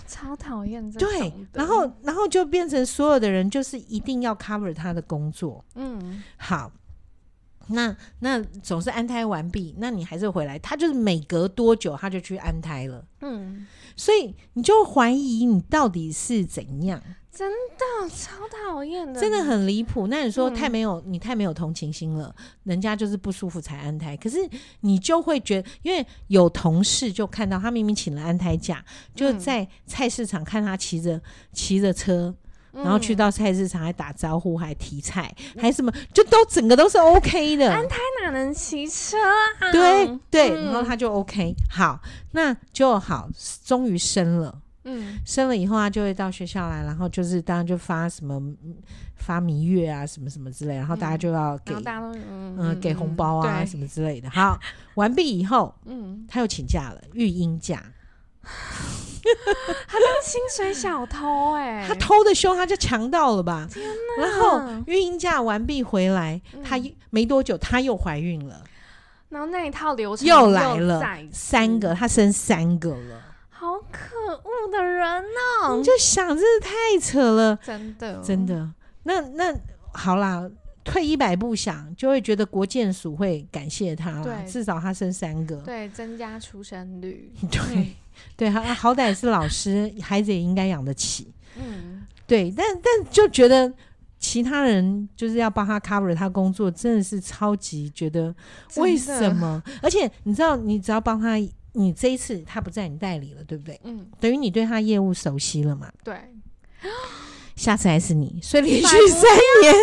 Speaker 1: 超讨厌这
Speaker 2: 对
Speaker 1: 种，的
Speaker 2: 然后然后就变成所有的人就是一定要 cover 他的工作。
Speaker 1: 嗯
Speaker 2: 好，那那总是安胎完毕，那你还是回来，他就是每隔多久他就去安胎了，
Speaker 1: 嗯，
Speaker 2: 所以你就怀疑你到底是怎样，
Speaker 1: 那超讨厌的，
Speaker 2: 真的很离谱。那你说
Speaker 1: 嗯
Speaker 2: 太没有、你太没有同情心了，人家就是不舒服才安胎，可是你就会觉得，因为有同事就看到他明明请了安胎假，就
Speaker 1: 嗯
Speaker 2: 在菜市场看他骑着骑着车，
Speaker 1: 嗯，
Speaker 2: 然后去到菜市场还打招呼，还提菜，还什么，就都整个都是 OK 的，
Speaker 1: 安他哪能骑车啊？
Speaker 2: 对对，
Speaker 1: 嗯
Speaker 2: 然后他就 OK，好，那就好，终于生了。
Speaker 1: 嗯
Speaker 2: 生了以后，他就会到学校来，然后就是当然就发什么嗯发蜜月啊，什么什么之类，然后大家就要
Speaker 1: 嗯
Speaker 2: 给
Speaker 1: 然后大家都
Speaker 2: 嗯、
Speaker 1: 嗯
Speaker 2: 给红包啊什
Speaker 1: 么，
Speaker 2: 么之类的。好，完毕以后
Speaker 1: 对嗯，
Speaker 2: 他又请假了，育婴假，
Speaker 1: 薪水小偷哎、
Speaker 2: 他偷的休他就强盗了吧？然后
Speaker 1: 嗯
Speaker 2: 育婴假完毕回来，他
Speaker 1: 嗯
Speaker 2: 又没多久他又怀孕了，
Speaker 1: 然后那一套流程
Speaker 2: 又来了
Speaker 1: 再一次
Speaker 2: 三个，，他生三个了，
Speaker 1: 好可恶的人哦、
Speaker 2: 你就想真的太扯了，
Speaker 1: 真的
Speaker 2: 真，的。那那好啦，退一百步想，就会觉得国建署会感谢他啦，
Speaker 1: 对
Speaker 2: 至少他生三个，
Speaker 1: 对，增加出生率，
Speaker 2: [LAUGHS] 对对，他好歹也是老师，孩子也应该养得起。
Speaker 1: 嗯，
Speaker 2: 对，但但就觉得其他人就是要帮他 cover 他工作，真的是超级觉得
Speaker 1: 真的
Speaker 2: [LAUGHS] 为什？么？而且你知道，你只要帮他，你这一次他不在你代理了，对不对？
Speaker 1: 嗯，
Speaker 2: 等于你对他业务熟悉了嘛，
Speaker 1: 对，
Speaker 2: 下次还是你，所以连续
Speaker 1: 甩不
Speaker 2: 三年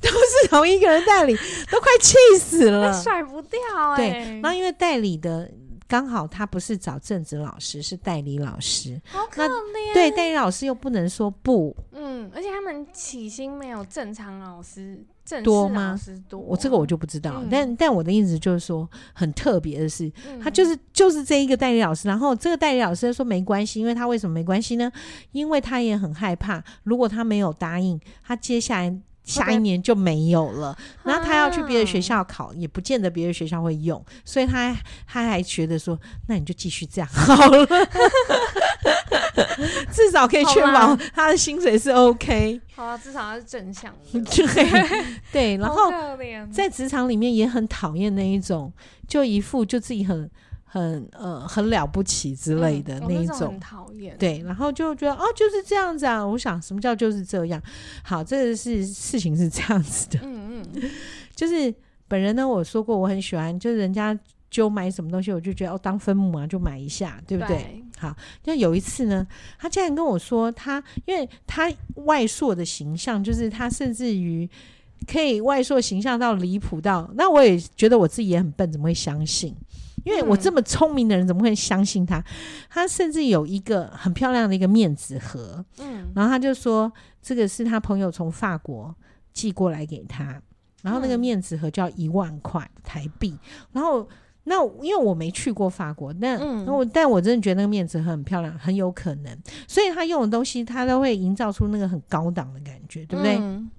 Speaker 2: 都是同一个人
Speaker 1: [LAUGHS]
Speaker 2: 代理，都快气死
Speaker 1: 那
Speaker 2: 了。
Speaker 1: 甩不掉哎、
Speaker 2: 呃对，那因为代理的刚好他不是找正职老师，是代理老师，
Speaker 1: 好可怜，
Speaker 2: 对，，代理老师又不能说不，
Speaker 1: 嗯，而且他们起薪没有正常老师正
Speaker 2: 多
Speaker 1: 式
Speaker 2: 吗
Speaker 1: 老师多，
Speaker 2: 我这个我就不知道，
Speaker 1: 嗯
Speaker 2: 但但我的意思就是说，很特别的是，
Speaker 1: 嗯
Speaker 2: 他就是就是这一个代理老师，然后这个代理老师说没关系，因为他为什么没关系呢？因为他也很害怕，如果他没有答应，他接下来下一年就没有了，然后他要去别的
Speaker 1: 啊
Speaker 2: 学校考，也不见得别的学校会用，所以他他还觉得说，那你就继续这样
Speaker 1: [LAUGHS]
Speaker 2: 好了，至少可以确
Speaker 1: 好
Speaker 2: 保他的薪水是 OK，，
Speaker 1: 好啊，至少他是正向的
Speaker 2: [LAUGHS] 对对，然后
Speaker 1: 好可怜
Speaker 2: 在职场里面也很讨厌那一种，就一副就自己很很呃很了不起之类的
Speaker 1: 嗯
Speaker 2: 那一
Speaker 1: 我那
Speaker 2: 种
Speaker 1: 很。讨厌，
Speaker 2: 对，然后就觉得哦，就是这样子啊。我想什么叫就是这样？好，这个是事情是这样子的，
Speaker 1: 嗯嗯，
Speaker 2: 就是本人呢，我说过我很喜欢，就是人家就买什么东西，我就觉得哦，当分母啊，就买一下，对不对？
Speaker 1: 对？
Speaker 2: 好，就有一次呢，他竟然跟我说他，因为他外塑的形象，就是他甚至于可以外塑形象到离谱到，那我也觉得我自己也很笨，怎么会相信？因为我这么聪明的人，怎么会相信他？他甚至有一个很漂亮的一个面子盒，
Speaker 1: 嗯，
Speaker 2: 然后他就说这个是他朋友从法国寄过来给他，然后那个
Speaker 1: 嗯
Speaker 2: 面子盒就要一万块台币，然后。那因为我没去过法国，但、
Speaker 1: 嗯
Speaker 2: 我但我真的觉得那个面子盒很漂亮，很有可能，所以他用的东西他都会营造出那个很高档的感觉，对不对？
Speaker 1: 嗯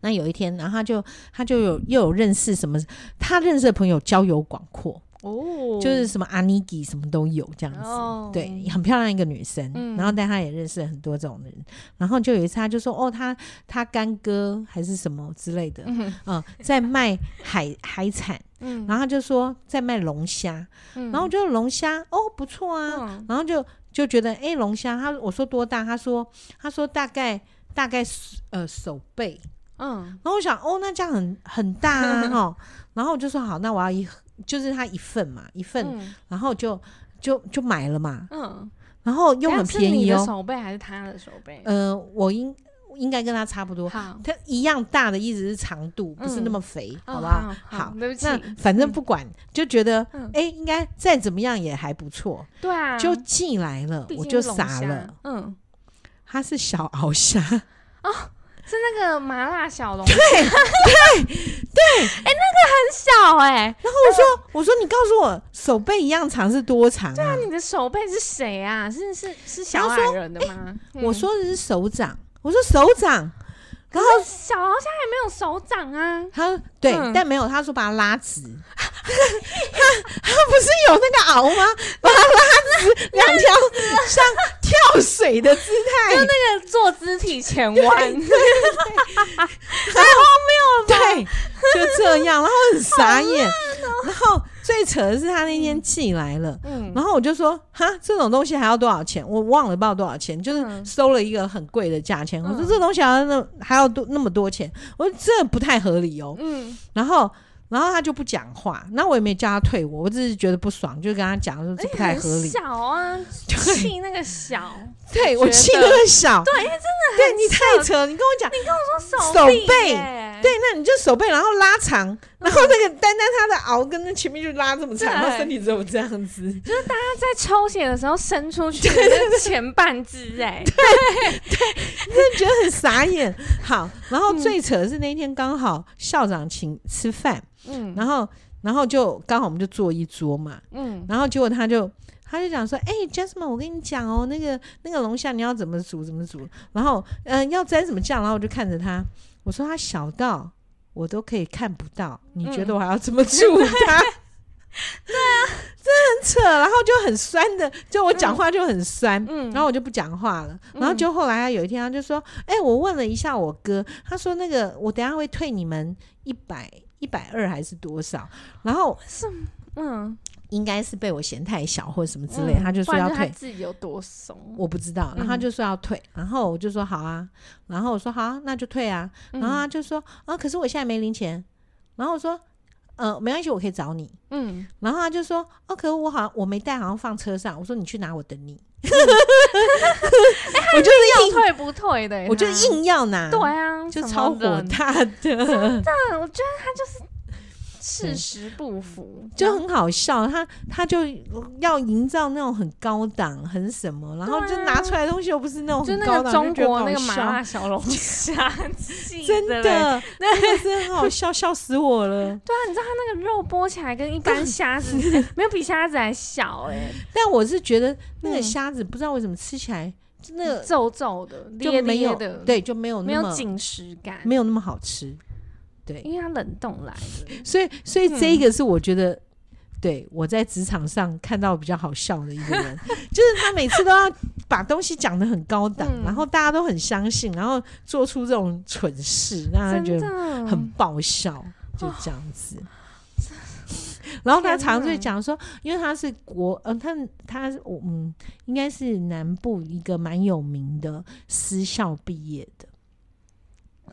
Speaker 2: 那有一天，然后他就他就有又有认识什么，他认识的朋友交友广阔，
Speaker 1: 哦，
Speaker 2: 就是什么阿尼基什么都有这样子，
Speaker 1: 哦
Speaker 2: [LAUGHS] 对，很漂亮一个女生，
Speaker 1: 嗯
Speaker 2: 然后但她也认识了很多这种人，然后就有一次她就说，哦，她她干哥还是什么之类的，嗯、
Speaker 1: 嗯
Speaker 2: 在卖海海产，
Speaker 1: 嗯，
Speaker 2: 然后她就说在卖龙虾，
Speaker 1: 嗯
Speaker 2: 然后就龙虾，哦，不错啊，
Speaker 1: 嗯
Speaker 2: 然后就就觉得，哎、龙虾，她我说多大，她说她说大概大概呃手背，
Speaker 1: 嗯
Speaker 2: 然后我想，哦，那这样很很大
Speaker 1: [LAUGHS]
Speaker 2: 啊，哈，然后我就说好，那我要一就是她一份嘛，一份，
Speaker 1: 嗯
Speaker 2: 然后就就就买了嘛。
Speaker 1: 嗯，
Speaker 2: 然后又很
Speaker 1: 等下是
Speaker 2: 便
Speaker 1: 你
Speaker 2: 宜
Speaker 1: 的
Speaker 2: 哦。
Speaker 1: 手背还是他的手背？
Speaker 2: 呃，我应应该跟他差不多，
Speaker 1: 好，
Speaker 2: 它一样大的，一直是长度，不是那
Speaker 1: 嗯
Speaker 2: 么肥，
Speaker 1: 哦
Speaker 2: 好不好？
Speaker 1: 好好对不起
Speaker 2: 那反正
Speaker 1: 嗯
Speaker 2: 不管，就觉得哎、
Speaker 1: 嗯
Speaker 2: 诶应该再怎么样也还不错，
Speaker 1: 对啊，
Speaker 2: 就寄来了，
Speaker 1: 毕
Speaker 2: 我
Speaker 1: 竟
Speaker 2: 就是
Speaker 1: 龙
Speaker 2: 傻
Speaker 1: 虾
Speaker 2: 了。，
Speaker 1: 嗯，
Speaker 2: 它是小鳌虾， [LAUGHS]
Speaker 1: 是那个麻辣小龙，对对对，哎， [LAUGHS] 那个很小哎，
Speaker 2: 我说你告诉我，手背一样长是多长啊？
Speaker 1: 那你的手背是谁啊？是是是小
Speaker 2: 他说
Speaker 1: 矮人的吗？嗯
Speaker 2: 我说的是手掌，我说手掌，然后
Speaker 1: 可是小鳌虾也没有手掌啊，
Speaker 2: 他对，
Speaker 1: 嗯
Speaker 2: 但没有，他说把它拉直。 [LAUGHS] 他他不是有那个螯吗？把它拉直，两条像跳水的姿
Speaker 1: [LAUGHS]
Speaker 2: 态。
Speaker 1: 那个坐姿体前弯，
Speaker 2: 对，就这样，然后很傻眼。
Speaker 1: 哦
Speaker 2: 然后最扯的是，他那天寄来了。
Speaker 1: 嗯，
Speaker 2: 然后我就说，哈，这种东西还要多少钱？我忘了报多少钱，就是
Speaker 1: 嗯
Speaker 2: 收了一个很贵的价钱。我说
Speaker 1: 嗯
Speaker 2: 这东西还要那还要多那么多钱，我说这不太合理哦。
Speaker 1: 嗯，
Speaker 2: 然后，然后他就不讲话，那我也没叫他退我，我只是觉得不爽，就跟他讲说这不太合
Speaker 1: 很。
Speaker 2: 理
Speaker 1: 小啊，气那个小，
Speaker 2: 对
Speaker 1: 我
Speaker 2: 我
Speaker 1: 觉
Speaker 2: 气
Speaker 1: 得
Speaker 2: 那个
Speaker 1: [LAUGHS]
Speaker 2: 小，
Speaker 1: 对，因为真的
Speaker 2: 对你太扯，你跟我讲，
Speaker 1: 说
Speaker 2: 手
Speaker 1: 臂
Speaker 2: 背
Speaker 1: 耶，
Speaker 2: 对，那你就手背然后拉长，然后那个单单他的螯跟那前面就拉这么长，
Speaker 1: 对
Speaker 2: 然后身体只有这样子，
Speaker 1: 他在抽血的时候伸出去的前半只，哎，
Speaker 2: 真的觉得很傻眼。好，然后最扯的是那一天刚好校长请吃饭，
Speaker 1: 嗯
Speaker 2: 然后然后就刚好我们就坐一桌嘛，
Speaker 1: 嗯，
Speaker 2: 然后结果他就他就讲说：“哎、j a s m i n e 我跟你讲哦，那个那个龙虾你要怎么煮怎么煮，然后嗯、呃要沾什么酱。”然后我就看着他，我说：“他小到我都可以看不到，你觉
Speaker 1: 嗯
Speaker 2: 得我还要怎么煮
Speaker 1: [LAUGHS]
Speaker 2: 它？”对啊，这很扯，然后就很酸的，就我讲话就很酸，
Speaker 1: 嗯
Speaker 2: 然后我就不讲话了。然后就后来他有一天他就说：“哎、我问了一下我哥，他说那个我等一下会退你们一百一百二还是多少？”然后
Speaker 1: 嗯
Speaker 2: 应该是被我嫌太小或者什么之类，
Speaker 1: 嗯
Speaker 2: 他就
Speaker 1: 不
Speaker 2: 说
Speaker 1: 然
Speaker 2: 要
Speaker 1: 他
Speaker 2: 退，
Speaker 1: 自己有多怂，
Speaker 2: 我不知道，然后他
Speaker 1: 嗯
Speaker 2: 就说要退，然后我就说好啊，然后我说好啊、那就退啊，
Speaker 1: 嗯
Speaker 2: 然后他就说啊，可是我现在没零钱，然后我说呃没关系，我可以找你，
Speaker 1: 嗯，
Speaker 2: 然后他就说哦、可我好像我没带，好像放车上，我说你去拿，我等你，我就是
Speaker 1: 要
Speaker 2: 硬
Speaker 1: 退不退的，
Speaker 2: 我就
Speaker 1: 他，
Speaker 2: 硬要拿，
Speaker 1: 对啊，
Speaker 2: 就
Speaker 1: 什么
Speaker 2: 超火
Speaker 1: 人
Speaker 2: 大的， [LAUGHS]
Speaker 1: 但我觉得他就是事实
Speaker 2: 嗯
Speaker 1: 不符，
Speaker 2: 就很好笑，他他就要营造那种很高档、很什么，然后就拿出来的东西又不是那种
Speaker 1: 啊就
Speaker 2: 很
Speaker 1: 那
Speaker 2: 高
Speaker 1: 个
Speaker 2: 档，
Speaker 1: 中
Speaker 2: 就觉得
Speaker 1: 国那
Speaker 2: 很
Speaker 1: 个
Speaker 2: 好
Speaker 1: 麻
Speaker 2: 笑
Speaker 1: 辣小
Speaker 2: [LAUGHS]
Speaker 1: 龙虾，气
Speaker 2: 真
Speaker 1: 的嘞
Speaker 2: 的，
Speaker 1: 对啊，
Speaker 2: [LAUGHS]
Speaker 1: 啊
Speaker 2: 那个真的很好笑，笑死我了。
Speaker 1: 你知道它那个肉剥起来跟一般虾子 [LAUGHS] 没有比虾子还小
Speaker 2: [LAUGHS]
Speaker 1: 哎，
Speaker 2: [LAUGHS] 但我是觉得那个
Speaker 1: 嗯
Speaker 2: 虾子不知道为什么吃起来真的
Speaker 1: 皱皱的，
Speaker 2: 就
Speaker 1: 咧
Speaker 2: 没
Speaker 1: 咧
Speaker 2: 有
Speaker 1: 的，，
Speaker 2: 对，就没有
Speaker 1: 没
Speaker 2: 那
Speaker 1: 有
Speaker 2: 么
Speaker 1: 紧实感，
Speaker 2: 没有那么好吃。对，
Speaker 1: 因为它冷冻来的。
Speaker 2: 所以所以这一个是我觉得。对，我在职场上看到比较好笑的一个人， [LAUGHS] 就是他每次都要把东西讲得很高档，
Speaker 1: 嗯
Speaker 2: 然后大家都很相信，然后做出这种蠢事，让他
Speaker 1: 真
Speaker 2: 觉得
Speaker 1: 的
Speaker 2: 很
Speaker 1: [LAUGHS]
Speaker 2: 爆笑，就这样子。然后他
Speaker 1: 天
Speaker 2: 常常
Speaker 1: 哪
Speaker 2: 会讲说，因为他是国，嗯、他他是我嗯，应该是南部一个蛮有名的私校毕业的。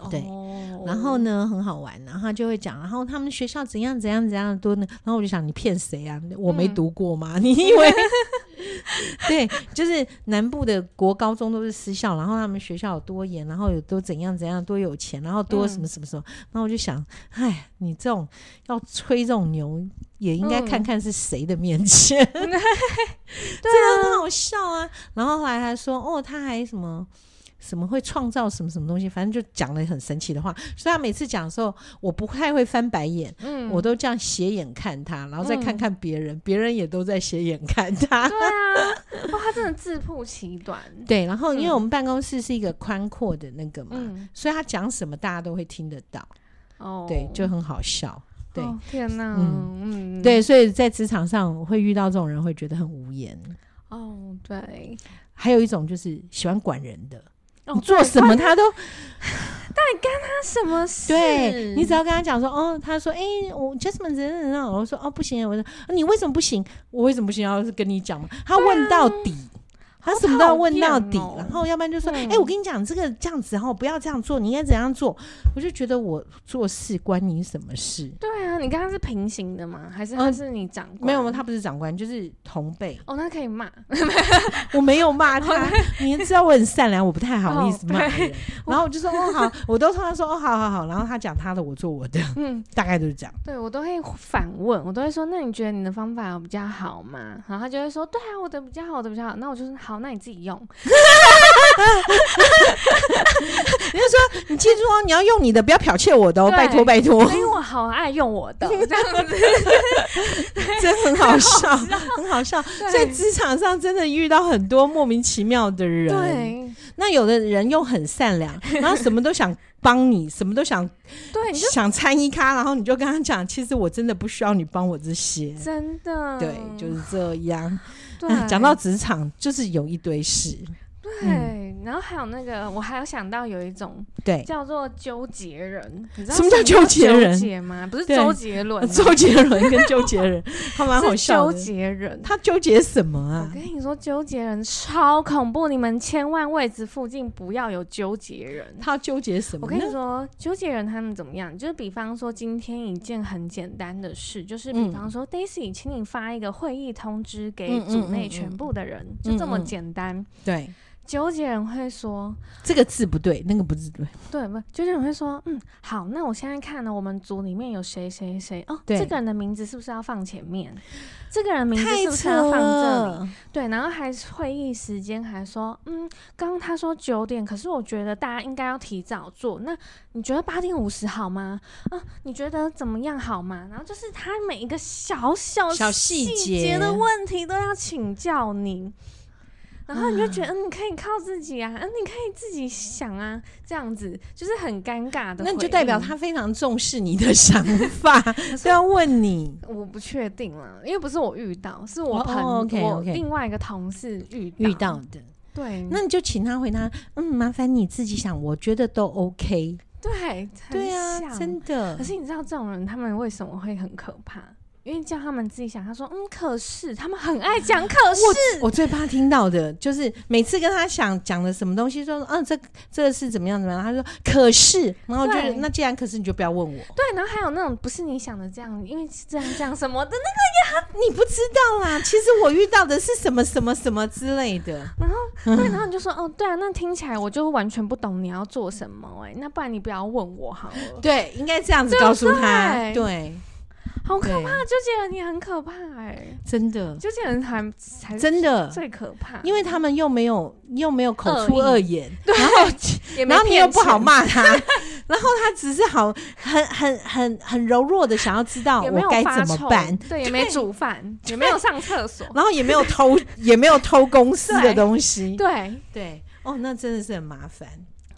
Speaker 2: 对
Speaker 1: 哦
Speaker 2: 然后？呢，很好玩，然后他就会讲，然后他们学校怎样怎样怎样多呢，然后我就想你骗谁啊？我没
Speaker 1: 嗯
Speaker 2: 读过吗？你
Speaker 1: [LAUGHS]
Speaker 2: 以为？对，就是南部的国高中都是私校，然后他们学校有多严，然后有多怎样怎样，多有钱，然后
Speaker 1: 嗯
Speaker 2: 多什么什么什么，然后我就想，哎，你这种要吹这种牛，也应该
Speaker 1: 嗯
Speaker 2: 看看是谁的面前， [LAUGHS] 真
Speaker 1: 啊
Speaker 2: 的很好笑啊。然后后来还说，哦，他还什么。什么会创造什么什么东西，反正就讲了很神奇的话，所以他每次讲的时候，我不太会翻白眼，
Speaker 1: 嗯
Speaker 2: 我都这样斜眼看他，然后再看
Speaker 1: 嗯
Speaker 2: 看别人，别人也都在斜眼看他。
Speaker 1: 对啊，哇，他真的自曝其短。
Speaker 2: [LAUGHS] 对，然后因为
Speaker 1: 嗯
Speaker 2: 我们办公室是一个宽阔的那个嘛，
Speaker 1: 嗯，
Speaker 2: 所以他讲什么大家都会听得到，
Speaker 1: 哦，
Speaker 2: 对，就很好笑。对
Speaker 1: 哦天哪，嗯，
Speaker 2: 对，，所以在职场上会遇到这种人，会觉得很无言。
Speaker 1: 哦，对，
Speaker 2: 还有一种就是喜欢管人的，
Speaker 1: 哦
Speaker 2: 你做什么他都
Speaker 1: 那什么事？
Speaker 2: 对你只要跟他讲说，哦，他说，哎、我 Jasmine 怎样怎样，我说，哦，不行，我说，啊你为什么不行？我为什么不行？要是跟你讲嘛，他问到底。他什么都要问到底，
Speaker 1: 啊好讨厌哦
Speaker 2: 然后要不然就说：“哎、
Speaker 1: 嗯
Speaker 2: 我跟你讲，这个这样子哈，不要这样做，你应该怎样做？”我就觉得我做事关你什么事？
Speaker 1: 对啊，你跟他是平行的吗？还是他
Speaker 2: 嗯
Speaker 1: 是你长官？
Speaker 2: 没有，他不是长官，就是同辈。
Speaker 1: 哦，那可以骂， [LAUGHS]
Speaker 2: [LAUGHS] 我没有骂他，你也知道我很善良，我不太
Speaker 1: 哦
Speaker 2: 好意思骂人。然后我就说：“
Speaker 1: [LAUGHS]
Speaker 2: 哦，好。”我都通常说：“哦，好好好。”然后他讲他的，我做我的，
Speaker 1: 嗯，
Speaker 2: 大概就是这样。
Speaker 1: 对我都会反问，我都会说，那你觉得你的方法有比较好吗？然后他就会说，对啊，我的比较好，我的比较好。那我就说，好，那你自己用。
Speaker 2: 你记住哦，你要用你的，不要剽窃我的哦，
Speaker 1: 对
Speaker 2: 拜托拜托
Speaker 1: 所， [LAUGHS] 以我好爱用我
Speaker 2: [LAUGHS]
Speaker 1: 的这样子。
Speaker 2: 真很好
Speaker 1: [LAUGHS]
Speaker 2: 笑，很好笑。在
Speaker 1: 对
Speaker 2: 职场上真的遇到很多莫名其妙的人，，
Speaker 1: 对
Speaker 2: 那有的人又很善
Speaker 1: [LAUGHS]
Speaker 2: 良，然后什么都想帮你，什么都想
Speaker 1: 对，哎你就
Speaker 2: 想参一咖，然后你就跟他讲，其实我真的不需要你帮我这些。
Speaker 1: 真的
Speaker 2: 对，就是这样。
Speaker 1: 对。
Speaker 2: 啊讲到嗯职场，就是有一堆事。
Speaker 1: 对，然后还有那个，我还有想到有一种
Speaker 2: 对，
Speaker 1: 叫做纠结人，你知道
Speaker 2: 什么叫
Speaker 1: 纠
Speaker 2: 纠结人
Speaker 1: 结吗？不是
Speaker 2: 对
Speaker 1: 周杰
Speaker 2: [LAUGHS]
Speaker 1: 伦啊，
Speaker 2: 周杰伦跟周
Speaker 1: [LAUGHS]
Speaker 2: 杰伦，他蛮好
Speaker 1: 是纠
Speaker 2: 笑的。
Speaker 1: 结人。
Speaker 2: 他纠结什么啊
Speaker 1: 我？跟你说，纠结人超恐怖，你们千万位置附近不要有纠结人。
Speaker 2: 他纠结什么
Speaker 1: 我
Speaker 2: 呢？
Speaker 1: 跟你说，纠结人他们怎么样？就是比方说，今天一件很简单的事，就是比
Speaker 2: 嗯
Speaker 1: 方说、Daisy，请你发一个会议通知给
Speaker 2: 嗯嗯
Speaker 1: 组内
Speaker 2: 嗯
Speaker 1: 全
Speaker 2: 嗯
Speaker 1: 部的人，
Speaker 2: 嗯
Speaker 1: 就这么
Speaker 2: 嗯
Speaker 1: 简单。
Speaker 2: 对，
Speaker 1: 纠结人会说，
Speaker 2: 这个字不对，那个不是对。
Speaker 1: 对不？纠结人会说，嗯，好，那我现在看了我们组里面有谁谁谁，哦，
Speaker 2: 对
Speaker 1: 这个人的名字是不是要放前面？这个人名字
Speaker 2: 太
Speaker 1: 是不是
Speaker 2: 扯
Speaker 1: 要
Speaker 2: 了！
Speaker 1: 放这里？对，然后还是会议时间还说，嗯，刚刚他说九点，可是我觉得大家应该要提早做。那你觉得八点五十好吗？啊，你觉得怎么样好吗？然后就是他每一个小小
Speaker 2: 小细
Speaker 1: 细
Speaker 2: 节
Speaker 1: 的问题都要请教你，然后你就觉得，嗯，你可以靠自己啊，嗯，你可以自己想啊，这样子就是很尴尬的。
Speaker 2: 那你就代表他，非常重视你的 [LAUGHS] 想法，
Speaker 1: [LAUGHS]
Speaker 2: 都要问你。
Speaker 1: 啊我不确定了，因为不是我遇到，是我
Speaker 2: 哦
Speaker 1: 朋友、
Speaker 2: 哦，OK，
Speaker 1: 我
Speaker 2: OK
Speaker 1: 另外一个同事 [LAUGHS] 遇到
Speaker 2: 遇到的，
Speaker 1: 对，
Speaker 2: 那你就请他回答。嗯，麻烦你自己想，我觉得都 OK。
Speaker 1: 对，
Speaker 2: 对啊
Speaker 1: 很，像
Speaker 2: 真的
Speaker 1: 可。是你知道这种人他们为什么会很可怕？因为叫他们自己想，他说嗯，可是他们很爱讲可是，
Speaker 2: 我最怕听到的就是每次跟他想讲的什么东西，说嗯、这这是怎么样怎么样，他说可是，然后我就
Speaker 1: 对
Speaker 2: 那既然可是你就不要问我，
Speaker 1: 对，然后还有那种不是你想的这样，因为是这样这样什么的那，
Speaker 2: 你不知道啦。其实我遇到的是什么什么什么之类的， [LAUGHS]
Speaker 1: 对，然后你就说哦，对啊，那听起来我就完全不懂你要做欸什么哎、那不然你不要问我好了。
Speaker 2: 对，应该这样子告诉他，
Speaker 1: 对
Speaker 2: 对，
Speaker 1: 好可
Speaker 2: 对
Speaker 1: 怕！纠结人也很可怕哎、
Speaker 2: 真的，
Speaker 1: 纠结人才才
Speaker 2: 真的，
Speaker 1: 最可怕，
Speaker 2: 因为他们又没有又没有口出
Speaker 1: 恶
Speaker 2: 恶言，然后
Speaker 1: [LAUGHS] 也没
Speaker 2: 然后你又
Speaker 1: 骗
Speaker 2: 不好
Speaker 1: 钱，
Speaker 2: 骂他，然后他只是好很很很很柔弱的想要知道
Speaker 1: 也没
Speaker 2: 我
Speaker 1: 有
Speaker 2: 该
Speaker 1: 发
Speaker 2: 怎么
Speaker 1: 愁
Speaker 2: 办，
Speaker 1: 对，也没煮饭，也没有上厕
Speaker 2: [LAUGHS]
Speaker 1: 所，
Speaker 2: 然后也没有偷也没有偷公司的
Speaker 1: 对
Speaker 2: 东西，
Speaker 1: 对
Speaker 2: 对，哦，那真的是很麻烦。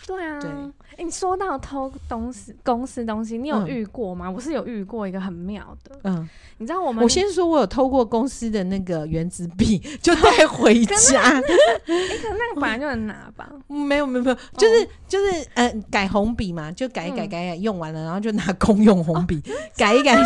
Speaker 1: 对啊。
Speaker 2: 对
Speaker 1: 哎、你说到偷东西公司东西，你有
Speaker 2: 嗯
Speaker 1: 遇过吗？我是有遇过一个很妙的，
Speaker 2: 嗯，
Speaker 1: 你知道我们
Speaker 2: 我先说，我有偷过公司的那个原子
Speaker 1: [LAUGHS]
Speaker 2: 笔，就带回家。
Speaker 1: 哎、可能那个本来就能拿吧，
Speaker 2: [LAUGHS] 没有没有没有，就是就是呃，改红笔嘛，就改一改
Speaker 1: 哦嗯哦
Speaker 2: 改一改，用完了，然后就拿公用红笔改一改就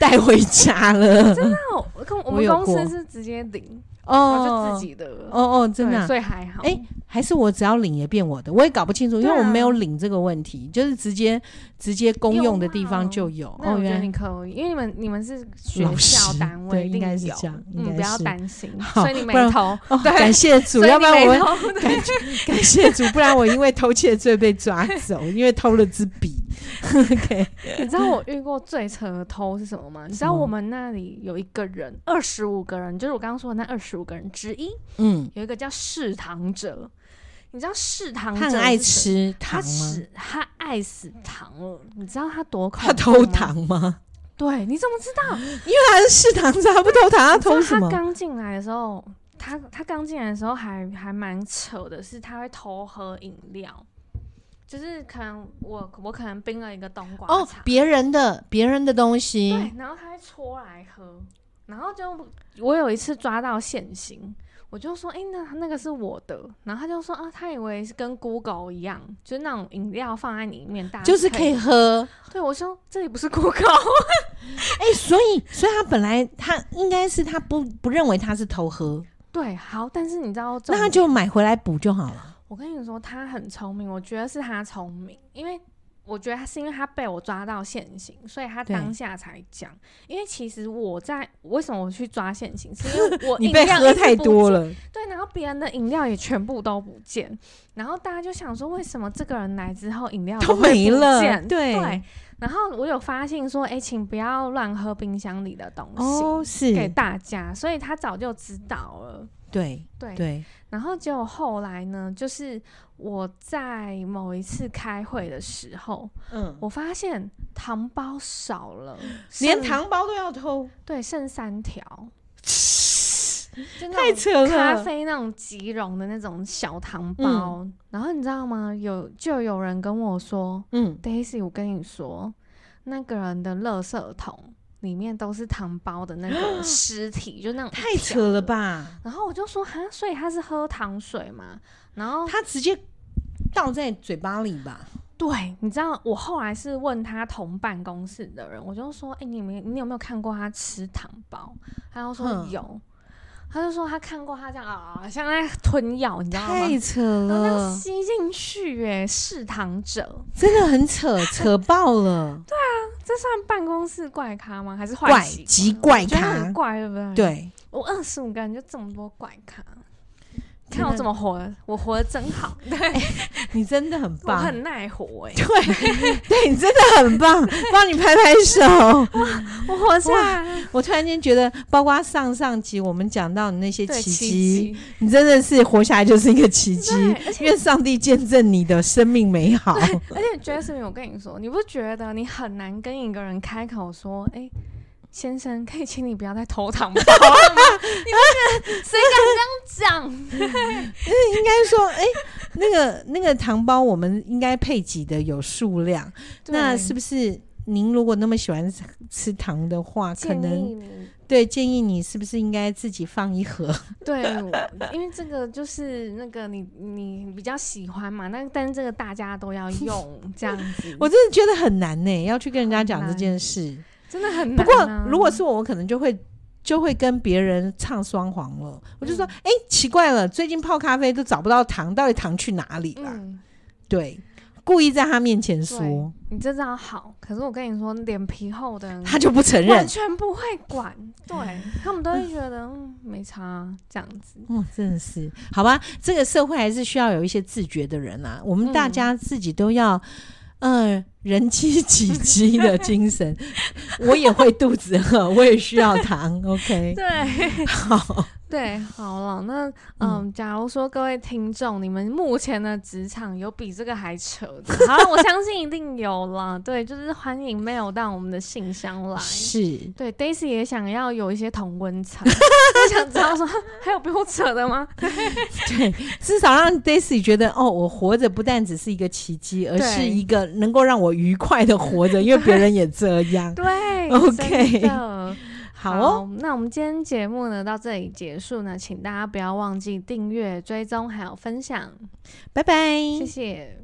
Speaker 2: 带回家了。
Speaker 1: 那哦我跟我
Speaker 2: 我
Speaker 1: 们
Speaker 2: 有
Speaker 1: 公
Speaker 2: 过
Speaker 1: 司是直接领，然后
Speaker 2: 哦，
Speaker 1: 就自己的了，
Speaker 2: 哦哦，真的啊
Speaker 1: 对所以还好。
Speaker 2: 哎还是我只要领也变我的，我也搞不清楚，因
Speaker 1: 对啊
Speaker 2: 为我没有领这个问题，就是直接直接公用的地方就有。
Speaker 1: 啊那
Speaker 2: 哦，
Speaker 1: 我觉得
Speaker 2: 原
Speaker 1: 你
Speaker 2: 来
Speaker 1: 可以，因为你们你们是学
Speaker 2: 老
Speaker 1: 校
Speaker 2: 师
Speaker 1: 单
Speaker 2: 对
Speaker 1: 位，一定
Speaker 2: 应该是
Speaker 1: 有
Speaker 2: 这样应
Speaker 1: 嗯，
Speaker 2: 该
Speaker 1: 不要
Speaker 2: 是
Speaker 1: 担心， [LAUGHS]
Speaker 2: 好
Speaker 1: 所以你没
Speaker 2: 不然
Speaker 1: 投，
Speaker 2: 哦，
Speaker 1: 对
Speaker 2: 感谢主，
Speaker 1: 所以
Speaker 2: 要
Speaker 1: 你
Speaker 2: 不然
Speaker 1: 没
Speaker 2: 我会
Speaker 1: 投 [LAUGHS]
Speaker 2: 感 [LAUGHS] 感谢主，不然我因为偷窃罪被抓走， [LAUGHS] 因为偷了支笔。OK，
Speaker 1: 你知道我遇过最扯的偷是什么吗？你知道
Speaker 2: 什么
Speaker 1: 我们那里有一个人，二十五个人，就是我刚刚说的那二十五个人之一，
Speaker 2: 嗯，
Speaker 1: 有一个叫嗜糖者。你知道嗜糖
Speaker 2: 他
Speaker 1: 者
Speaker 2: 很爱
Speaker 1: 是谁，
Speaker 2: 吃
Speaker 1: 他
Speaker 2: 糖吗？
Speaker 1: 死他爱死糖了。你知道他多恐
Speaker 2: 他
Speaker 1: 怖
Speaker 2: 偷
Speaker 1: 吗？
Speaker 2: 糖吗？
Speaker 1: 对，你怎么知道？
Speaker 2: 他是吃糖，他不偷糖， [LAUGHS] 他偷什
Speaker 1: 他
Speaker 2: 么？
Speaker 1: 刚进来的时候，他他刚进来的时候还还蛮扯的，是他会偷喝饮料，就是可能我我可能冰了一个冬瓜
Speaker 2: 哦
Speaker 1: 茶，，
Speaker 2: 别人的别人的东西
Speaker 1: 对，，然后他会戳来喝，然后就我有一次抓到现行。我就说，哎、那那个是我的，然后他就说，啊，他以为是跟 Google 一样，就是那种饮料放在里面，大家
Speaker 2: 就是
Speaker 1: 可
Speaker 2: 可以。喝。
Speaker 1: 对，我说这里不是 Google， [LAUGHS]
Speaker 2: 哎、所以所以他本来他应该是他不不认为他是偷喝，
Speaker 1: 对，好，但是你知道重
Speaker 2: 那
Speaker 1: 点，
Speaker 2: 他就买回来补就好了。
Speaker 1: 我跟你说，他很聪明，我觉得是他聪明，因为我觉得他是因为他被我抓到现行，所以他
Speaker 2: 对
Speaker 1: 当下才讲。因为其实我在为什么我去抓现行，是因为 [LAUGHS] 我
Speaker 2: 你
Speaker 1: 饮
Speaker 2: 被
Speaker 1: 料
Speaker 2: 喝
Speaker 1: 一直
Speaker 2: 太
Speaker 1: 不
Speaker 2: 多
Speaker 1: 见，
Speaker 2: 了，
Speaker 1: 对，然后别人的饮料也全部都不见，然后大家就想说，为什么这个人来之后饮料
Speaker 2: 都
Speaker 1: 哦会
Speaker 2: 没
Speaker 1: 不
Speaker 2: 了
Speaker 1: 见
Speaker 2: 对
Speaker 1: 对，然后我有发现说，哎、请不要乱喝冰箱里的东西、
Speaker 2: 哦，
Speaker 1: 给
Speaker 2: 是，
Speaker 1: 大家，所以他早就知道了。
Speaker 2: 对
Speaker 1: 对，
Speaker 2: 对，
Speaker 1: 然后结果后来呢，就是我在某一次开会的时候，
Speaker 2: 嗯，
Speaker 1: 我发现糖包少了，
Speaker 2: 连
Speaker 1: 剩
Speaker 2: 糖包都要偷，
Speaker 1: 对剩三条，就那
Speaker 2: 太
Speaker 1: 种
Speaker 2: 扯
Speaker 1: 咖
Speaker 2: 了。
Speaker 1: 啡那种即溶的那种小糖包。然后你知道吗？有就有人跟我说
Speaker 2: 嗯，
Speaker 1: ，Daisy，我跟你说，那个人的垃圾桶里面都是糖包的那个尸
Speaker 2: [GASPS]
Speaker 1: 体，就那种一
Speaker 2: 太
Speaker 1: 条
Speaker 2: 扯了。吧？
Speaker 1: 然后我就说，哈，所以他是喝糖水嘛？然后
Speaker 2: 他直接倒在嘴巴里吧？
Speaker 1: 对，你知道我后来是问他同办公室的人，我就说：“哎、你们你有没有看过他吃糖包？”他就说
Speaker 2: 哼
Speaker 1: 有，他就说他看过他这样啊，像在吞药，你知道吗？
Speaker 2: 太扯
Speaker 1: 然后这样
Speaker 2: 了，
Speaker 1: 吸进去、耶，嗜糖者，
Speaker 2: 真的很扯，扯爆了。
Speaker 1: 这算办公室怪咖吗？还是
Speaker 2: 怪
Speaker 1: 坏习
Speaker 2: 极
Speaker 1: 惯
Speaker 2: 怪
Speaker 1: 我觉得
Speaker 2: 咖
Speaker 1: 很怪，对不 [LAUGHS] 对？，
Speaker 2: 对，
Speaker 1: 我二十五个人就这么多怪咖，
Speaker 2: 真
Speaker 1: 看我
Speaker 2: 的
Speaker 1: 怎么活的，我活得真
Speaker 2: [LAUGHS]
Speaker 1: 好， [LAUGHS]
Speaker 2: 你真的很
Speaker 1: 我
Speaker 2: 棒，
Speaker 1: 很耐活、哎，
Speaker 2: 对，对你真的很棒，帮你拍拍手。 [LAUGHS]
Speaker 1: 我活下来了，
Speaker 2: 我突然间觉得，包括上上集我们讲到你那些
Speaker 1: 对，
Speaker 2: 奇
Speaker 1: 奇
Speaker 2: 迹，
Speaker 1: 迹，
Speaker 2: 你真的是活下来就是一个奇迹，
Speaker 1: 对，而且
Speaker 2: 因为上帝见证你的生命美好。
Speaker 1: [LAUGHS] 而且 Jasmine，我跟你说，你不觉得你很难跟一个人开口说，哎、先生，可以请你不要再偷糖包了吗？ [LAUGHS] 你不觉得谁敢这样
Speaker 2: 应该说，哎、那个那个糖包，我们应该配给的有数量，
Speaker 1: 讲？
Speaker 2: 那
Speaker 1: 对
Speaker 2: 是不是？您如果那么喜欢吃吃糖的话，可
Speaker 1: 建
Speaker 2: 能
Speaker 1: 议你
Speaker 2: 对建议你是不是应该自己放一盒？ [LAUGHS]
Speaker 1: 对，我因为这个就是那个你你比较喜欢嘛，那但是这个大家都要用这样子，
Speaker 2: [LAUGHS] 我真的觉得很难呢、要去跟人家讲
Speaker 1: 很
Speaker 2: 这
Speaker 1: 难啊
Speaker 2: 件事。
Speaker 1: 真的很
Speaker 2: 不
Speaker 1: 难、
Speaker 2: 过
Speaker 1: 啊。
Speaker 2: 如果是我，我可能就会就会跟别人唱双簧了。我
Speaker 1: 嗯
Speaker 2: 就说，哎、奇怪了，最近泡咖啡都找不到糖，到底糖去哪里了、
Speaker 1: 嗯，
Speaker 2: 对，故意在他面前
Speaker 1: 对嗯
Speaker 2: 说，
Speaker 1: 你这招好，可是我跟你说，脸皮厚的人
Speaker 2: 他就不承
Speaker 1: 完
Speaker 2: 认。
Speaker 1: 全不会管，对他们都会觉得嗯没差啊这样子。
Speaker 2: 嗯，真的是，好吧，这个社会还是需要有一些自觉的人啊。我们大
Speaker 1: 嗯
Speaker 2: 家自己都要，呃，人妻己妻的精神， [LAUGHS] 我也会肚子饿， [LAUGHS] 我也需要
Speaker 1: [LAUGHS]
Speaker 2: 糖。OK， [LAUGHS]
Speaker 1: 对
Speaker 2: 好，
Speaker 1: 对，好了，那嗯，假如说各位听众，你们目前的职场有比这个还扯的，好，我相信一定有啦。对，就是欢迎 mail 到我们的信箱来。
Speaker 2: 是
Speaker 1: 对，Daisy 也想要有一些同温层， [LAUGHS] 就想知道说还有比我扯的吗？
Speaker 2: 对，至少让 Daisy 觉得哦，我活着不但只是一个奇迹，而是
Speaker 1: 对
Speaker 2: 一个能够让我愉快的活着，因为别人也这
Speaker 1: [LAUGHS]
Speaker 2: 样。
Speaker 1: 对
Speaker 2: OK
Speaker 1: 真的
Speaker 2: 好哦，
Speaker 1: 那我们今天节目呢到这里结束呢，请大家不要忘记订阅、追踪还有分享，
Speaker 2: 拜拜，
Speaker 1: 谢谢。